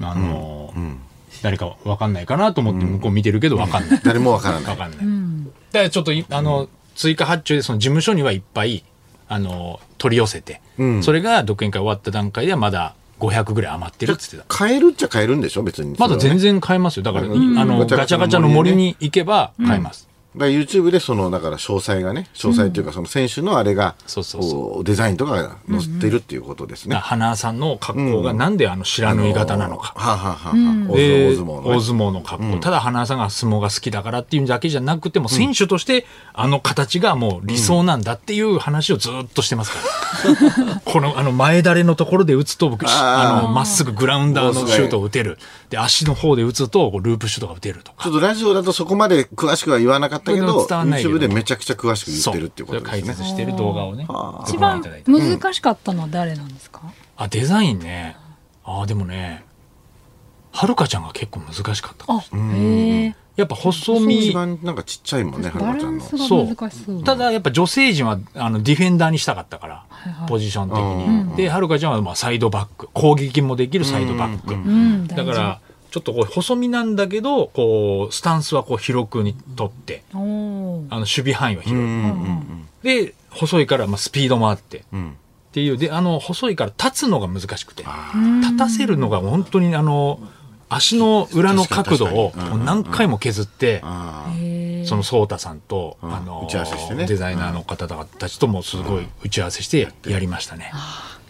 [SPEAKER 3] あのー誰かわかんないかなと思って向こう見てるけどわかん [LAUGHS] ない。
[SPEAKER 4] 誰もわからな
[SPEAKER 3] わ
[SPEAKER 4] い。
[SPEAKER 3] かんない。だからちょっとい、あの、追加発注でその事務所にはいっぱい、あの、取り寄せて、
[SPEAKER 4] ん
[SPEAKER 3] それが独演会終わった段階ではまだ500ぐらい余ってるって言ってた。
[SPEAKER 4] 買えるっちゃ買えるんでしょ別に。
[SPEAKER 3] まだ
[SPEAKER 4] それは
[SPEAKER 3] 全
[SPEAKER 4] ね。
[SPEAKER 3] 然買えますよ。だから、い
[SPEAKER 4] うん
[SPEAKER 3] あの、ガ
[SPEAKER 4] ガ
[SPEAKER 3] チ
[SPEAKER 4] チ
[SPEAKER 3] ャ
[SPEAKER 4] ャ
[SPEAKER 3] ガ
[SPEAKER 4] ガ
[SPEAKER 3] チ
[SPEAKER 4] チ
[SPEAKER 3] ャ
[SPEAKER 4] ャ
[SPEAKER 3] の
[SPEAKER 4] の
[SPEAKER 3] 森
[SPEAKER 4] 森
[SPEAKER 3] に
[SPEAKER 4] に
[SPEAKER 3] 行けば買えます。
[SPEAKER 4] だから YouTube でその、だから詳細がね、詳細っていうかその選手のあれが、
[SPEAKER 3] そうそうそう
[SPEAKER 4] こうデザインとかが載ってるっていうことですね。
[SPEAKER 3] な花さんの格好がなんであの白縫い型なのか。
[SPEAKER 4] はあ、はあはあはあ、
[SPEAKER 3] で
[SPEAKER 4] 大相撲のね。
[SPEAKER 3] 大相撲の格好、ただ花さんが相撲が好きだからっていうんだけじゃなくても、選手としてあの形がもう理想なんだっていう話をずっとしてますから、
[SPEAKER 4] [LAUGHS]
[SPEAKER 3] このあの前だれのところで打つと僕し
[SPEAKER 4] あ
[SPEAKER 3] あ
[SPEAKER 4] ー
[SPEAKER 3] のまっすぐグラウンダーのシュートを打てるで足の方で打つとこうループシュートが打てると
[SPEAKER 4] ちょ
[SPEAKER 3] か
[SPEAKER 4] っとラジオだとそこまで詳しくは言わなかったけ
[SPEAKER 3] これで
[SPEAKER 4] ど、
[SPEAKER 3] も伝わんないけど
[SPEAKER 4] YouTube でめちゃくちゃ詳しく言っ
[SPEAKER 3] そ
[SPEAKER 4] て
[SPEAKER 3] う
[SPEAKER 4] るっていう
[SPEAKER 3] そ
[SPEAKER 4] こ
[SPEAKER 3] れを
[SPEAKER 4] と
[SPEAKER 3] 解
[SPEAKER 4] です
[SPEAKER 3] 説
[SPEAKER 4] ね。
[SPEAKER 3] してる動画をね
[SPEAKER 2] 一
[SPEAKER 3] ご覧い
[SPEAKER 2] 番
[SPEAKER 3] ただいて
[SPEAKER 2] 難しかったのは誰なんですか、
[SPEAKER 3] あデザインねあーでもねはるかちゃんが結構難しかった
[SPEAKER 2] あ、へえ。
[SPEAKER 3] やっぱ細
[SPEAKER 4] 一
[SPEAKER 3] 身
[SPEAKER 4] 番なんかちっちゃいもんね、はる
[SPEAKER 2] バ
[SPEAKER 4] か
[SPEAKER 2] ラ
[SPEAKER 4] ちゃん
[SPEAKER 2] ン
[SPEAKER 4] の。
[SPEAKER 2] スが難しそう。
[SPEAKER 3] ただやっぱ女性陣はあのディフェンダーにしたかったから、
[SPEAKER 2] いはい
[SPEAKER 3] ポジション的に。ではるかちゃんはまあサイドバック攻撃もできるサイドバック、
[SPEAKER 2] うん、
[SPEAKER 3] だからちょっとこう細身なんだけどこうスタンスはこう広くにとって
[SPEAKER 2] 大事。おー
[SPEAKER 3] あの守備範囲は広い、
[SPEAKER 4] うんうんうん
[SPEAKER 3] で細いからまあスピードもあって、っ
[SPEAKER 4] ん
[SPEAKER 3] ていうであの細いから立つのが難しくて立たせるのが本当にあの足の裏の角度を
[SPEAKER 4] 確かに確かに
[SPEAKER 3] こう何回も削って。
[SPEAKER 4] あ
[SPEAKER 2] へえ。
[SPEAKER 3] その颯太さんと、
[SPEAKER 4] ん
[SPEAKER 3] あの
[SPEAKER 4] 打ち合わせしてね
[SPEAKER 3] デザイナーの方々たちともすごい打ち合わせしてやりましたね、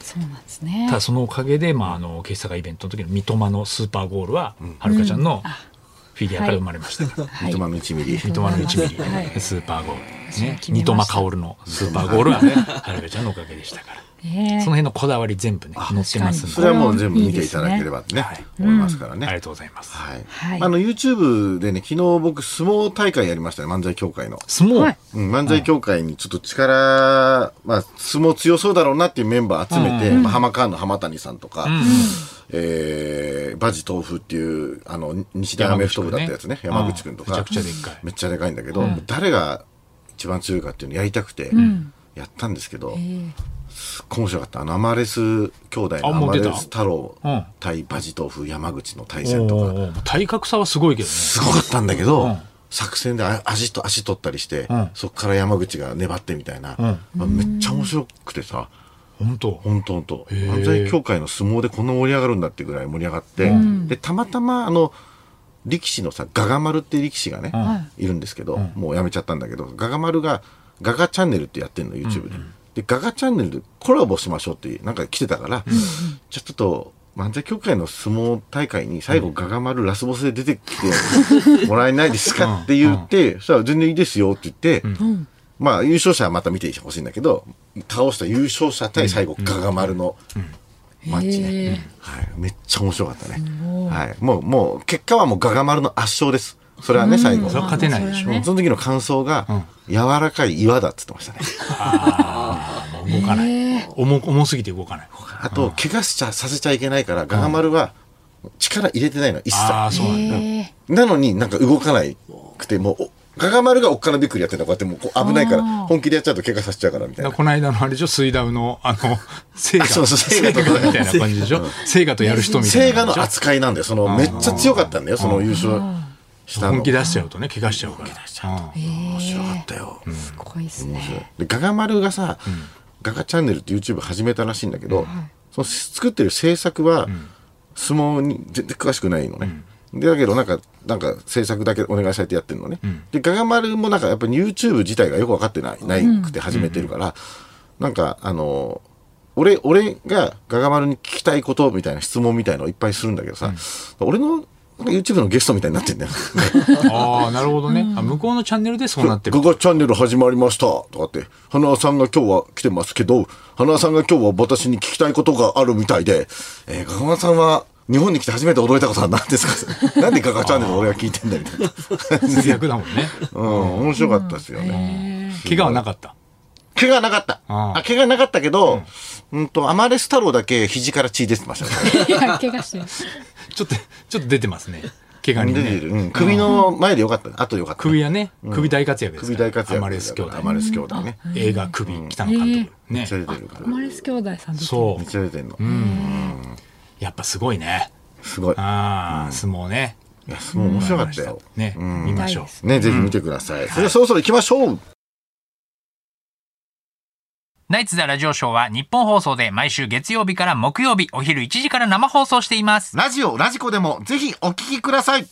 [SPEAKER 2] そうなんですね
[SPEAKER 3] た。だそのおかげで、まあ、あの傑作イベントの時の三笘のスーパーゴールは、はるかちゃんのフィギュアから生まれましたから、
[SPEAKER 4] あ、三笘の1ミリ。
[SPEAKER 3] 三笘の1ミリ、
[SPEAKER 2] はい
[SPEAKER 3] スーパーゴール、
[SPEAKER 2] 私も
[SPEAKER 3] ね、
[SPEAKER 2] 決
[SPEAKER 3] 三
[SPEAKER 2] めま
[SPEAKER 3] 笘
[SPEAKER 2] した
[SPEAKER 3] 薫のスーパーゴールは、ね、はるかちゃんのおかげでしたから
[SPEAKER 2] [LAUGHS] ねえ
[SPEAKER 3] その辺のこだわり全部ね載ってますん
[SPEAKER 4] そ
[SPEAKER 3] で
[SPEAKER 4] れはもう全部見ていただければね、思いますからね。
[SPEAKER 3] ありがとうございます、
[SPEAKER 4] はい。
[SPEAKER 2] はい
[SPEAKER 4] あの、YouTube でね、昨日僕、相撲大会やりましたね、漫才協会の。
[SPEAKER 3] 相撲、
[SPEAKER 2] はい
[SPEAKER 4] うん、漫才協会にちょっと力、まあ、相撲強そうだろうなっていうメンバー集めて、まあ、浜川の浜谷さんとか、えー、バジ豆腐っていう、あの、西大アメフト部だったやつね、
[SPEAKER 3] 山
[SPEAKER 4] 山
[SPEAKER 3] 口く
[SPEAKER 4] 口く
[SPEAKER 3] ん
[SPEAKER 4] ん
[SPEAKER 3] ね
[SPEAKER 4] と
[SPEAKER 3] あ
[SPEAKER 4] か、
[SPEAKER 3] あめちゃくちゃでっかい
[SPEAKER 4] めっちゃでかいんだけど、誰が一番強いかっていうのやりたくて、やったんですけど、すっごい面白かった。あの、アマレス兄弟の
[SPEAKER 3] あ
[SPEAKER 4] ア
[SPEAKER 3] もう
[SPEAKER 4] マ
[SPEAKER 3] 出
[SPEAKER 4] レ
[SPEAKER 3] た
[SPEAKER 4] ス太郎
[SPEAKER 3] うん
[SPEAKER 4] 対バジ豆腐山口の対
[SPEAKER 3] お
[SPEAKER 4] 戦
[SPEAKER 3] ー
[SPEAKER 4] とか、
[SPEAKER 3] おー体格差はすごいけどね
[SPEAKER 4] すごかったんだけど、
[SPEAKER 3] ん
[SPEAKER 4] 作戦であ足と足取ったりして、
[SPEAKER 3] ん
[SPEAKER 4] そこから山口が粘ってみたいな、まあめっちゃ面白くてさ
[SPEAKER 3] 本当
[SPEAKER 4] 本当本当
[SPEAKER 3] ー
[SPEAKER 4] 漫才協会の相撲でこんな盛り上がるんだってぐらい盛り上がって、でたまたまあの力士のさガガ丸っていう力士がね、いるんですけど、もうやめちゃったんだけどガガ丸がガガチャンネルってやってるの YouTube で。でガガチャンネルでコラボしましょうっていうなんか来てたから、じゃあちょっと漫才協会の相撲大会に最後ガガ丸ラスボスで出てきてもらえないですかって言って、そしたら全然いいですよって言って、まあ優勝者はまた見てほしいんだけど、倒した優勝者対最後ガガ丸のマッチね。
[SPEAKER 2] へー
[SPEAKER 4] はい、めっちゃ面白かったね。はい、もう、もう、結果はもうガガ丸の圧勝です。それはね、最後。
[SPEAKER 3] それは勝てないでしょ、
[SPEAKER 4] その時の感想が、柔らかい岩だっつってましたね。
[SPEAKER 3] あー動かない重重すぎて動かない
[SPEAKER 4] あと、怪我しちゃ、させちゃいけないから、ガガ丸は力入れてないの、一切。
[SPEAKER 3] ああそうなんだ
[SPEAKER 2] へえ。
[SPEAKER 4] なのになんか動かないくて、もう、おガガ丸がおっかなびっくりやってたこうやってもうこう危ないから、本気でやっちゃうと怪我させちゃうからみたい
[SPEAKER 3] だから
[SPEAKER 4] な。
[SPEAKER 3] この間のあれでしょ、スイダウの、あの、聖
[SPEAKER 4] [LAUGHS] あそうそう
[SPEAKER 3] 聖とかみたいな感じでしょ。聖火とやる人みた
[SPEAKER 4] 聖
[SPEAKER 3] いな感じで
[SPEAKER 4] 火
[SPEAKER 3] しょ。
[SPEAKER 4] の扱いなんだよ。その、めっちゃ強かったんだよ。その優勝したの。
[SPEAKER 3] 本気出しちゃうとね、怪我しちゃうから。うん
[SPEAKER 4] 面白かったよ。
[SPEAKER 2] すごいですね。 [LAUGHS]
[SPEAKER 4] でガガ丸がさ、ガガチャンネルって YouTube 始めたらしいんだけど、その作ってる制作は、相撲に全然詳しくないのね。でだけどなんか、なんか制作だけお願いされてやってるのね。で、ガガ丸もなんかやっぱり YouTube 自体がよく分かってない、ないくて始めてるから、なんかあのー俺、俺がガガ丸に聞きたいことみたいな質問みたいのをいっぱいするんだけどさ、俺のなんか YouTube のゲストみたいになってんだよ。
[SPEAKER 3] ああ、なるほどね。あ向こうのチャンネルでそうなってる
[SPEAKER 4] ガ。ガチャンネル始まりましたとかって、花輪さんが今日は来てますけど、花輪さんが今日は私に聞きたいことがあるみたいで、えー、ガガマさんは日本に来て初めて驚いたことは何ですかなんでガガチャンネル俺が聞いてんだみたいな。
[SPEAKER 3] [LAUGHS] 逆だもんね。
[SPEAKER 4] うん、面白かったですよね。
[SPEAKER 3] 怪我はなかった。
[SPEAKER 4] 怪我なかった。
[SPEAKER 3] あー
[SPEAKER 4] あ、怪我なかったけど、うん、と、アマレス太郎だけ肘から血出てましたね。
[SPEAKER 2] いや怪我してる。
[SPEAKER 3] ちょっと、ちょっと出てますね。怪我に
[SPEAKER 4] 出て
[SPEAKER 3] ね。
[SPEAKER 4] る。うん、首の前でよかった。あとよかった。
[SPEAKER 3] 首はね、首大活躍ですか
[SPEAKER 4] 首
[SPEAKER 3] ら。
[SPEAKER 4] 大活躍だから。
[SPEAKER 3] アマレス兄弟
[SPEAKER 4] ア。マレス兄弟ね。
[SPEAKER 3] 映画首、北野監督。
[SPEAKER 4] め
[SPEAKER 3] ね
[SPEAKER 4] っちゃ。出てるから。
[SPEAKER 2] マレス兄弟さんと。
[SPEAKER 3] そ
[SPEAKER 4] め
[SPEAKER 3] う
[SPEAKER 4] っ。ちゃ出てんの。
[SPEAKER 3] やっぱすごいね。
[SPEAKER 4] すごい。
[SPEAKER 3] ああ、相撲ね。
[SPEAKER 4] いや、もう面白かったよ。
[SPEAKER 3] ね。見ましょう。
[SPEAKER 4] ね、ぜひ見てください。それではそろそろ行きましょう。
[SPEAKER 5] ナイツザラジオショーは日本放送で毎週月曜日から木曜日お昼1時から生放送しています。
[SPEAKER 4] ラジオ、ラジコでもぜひお聞きください。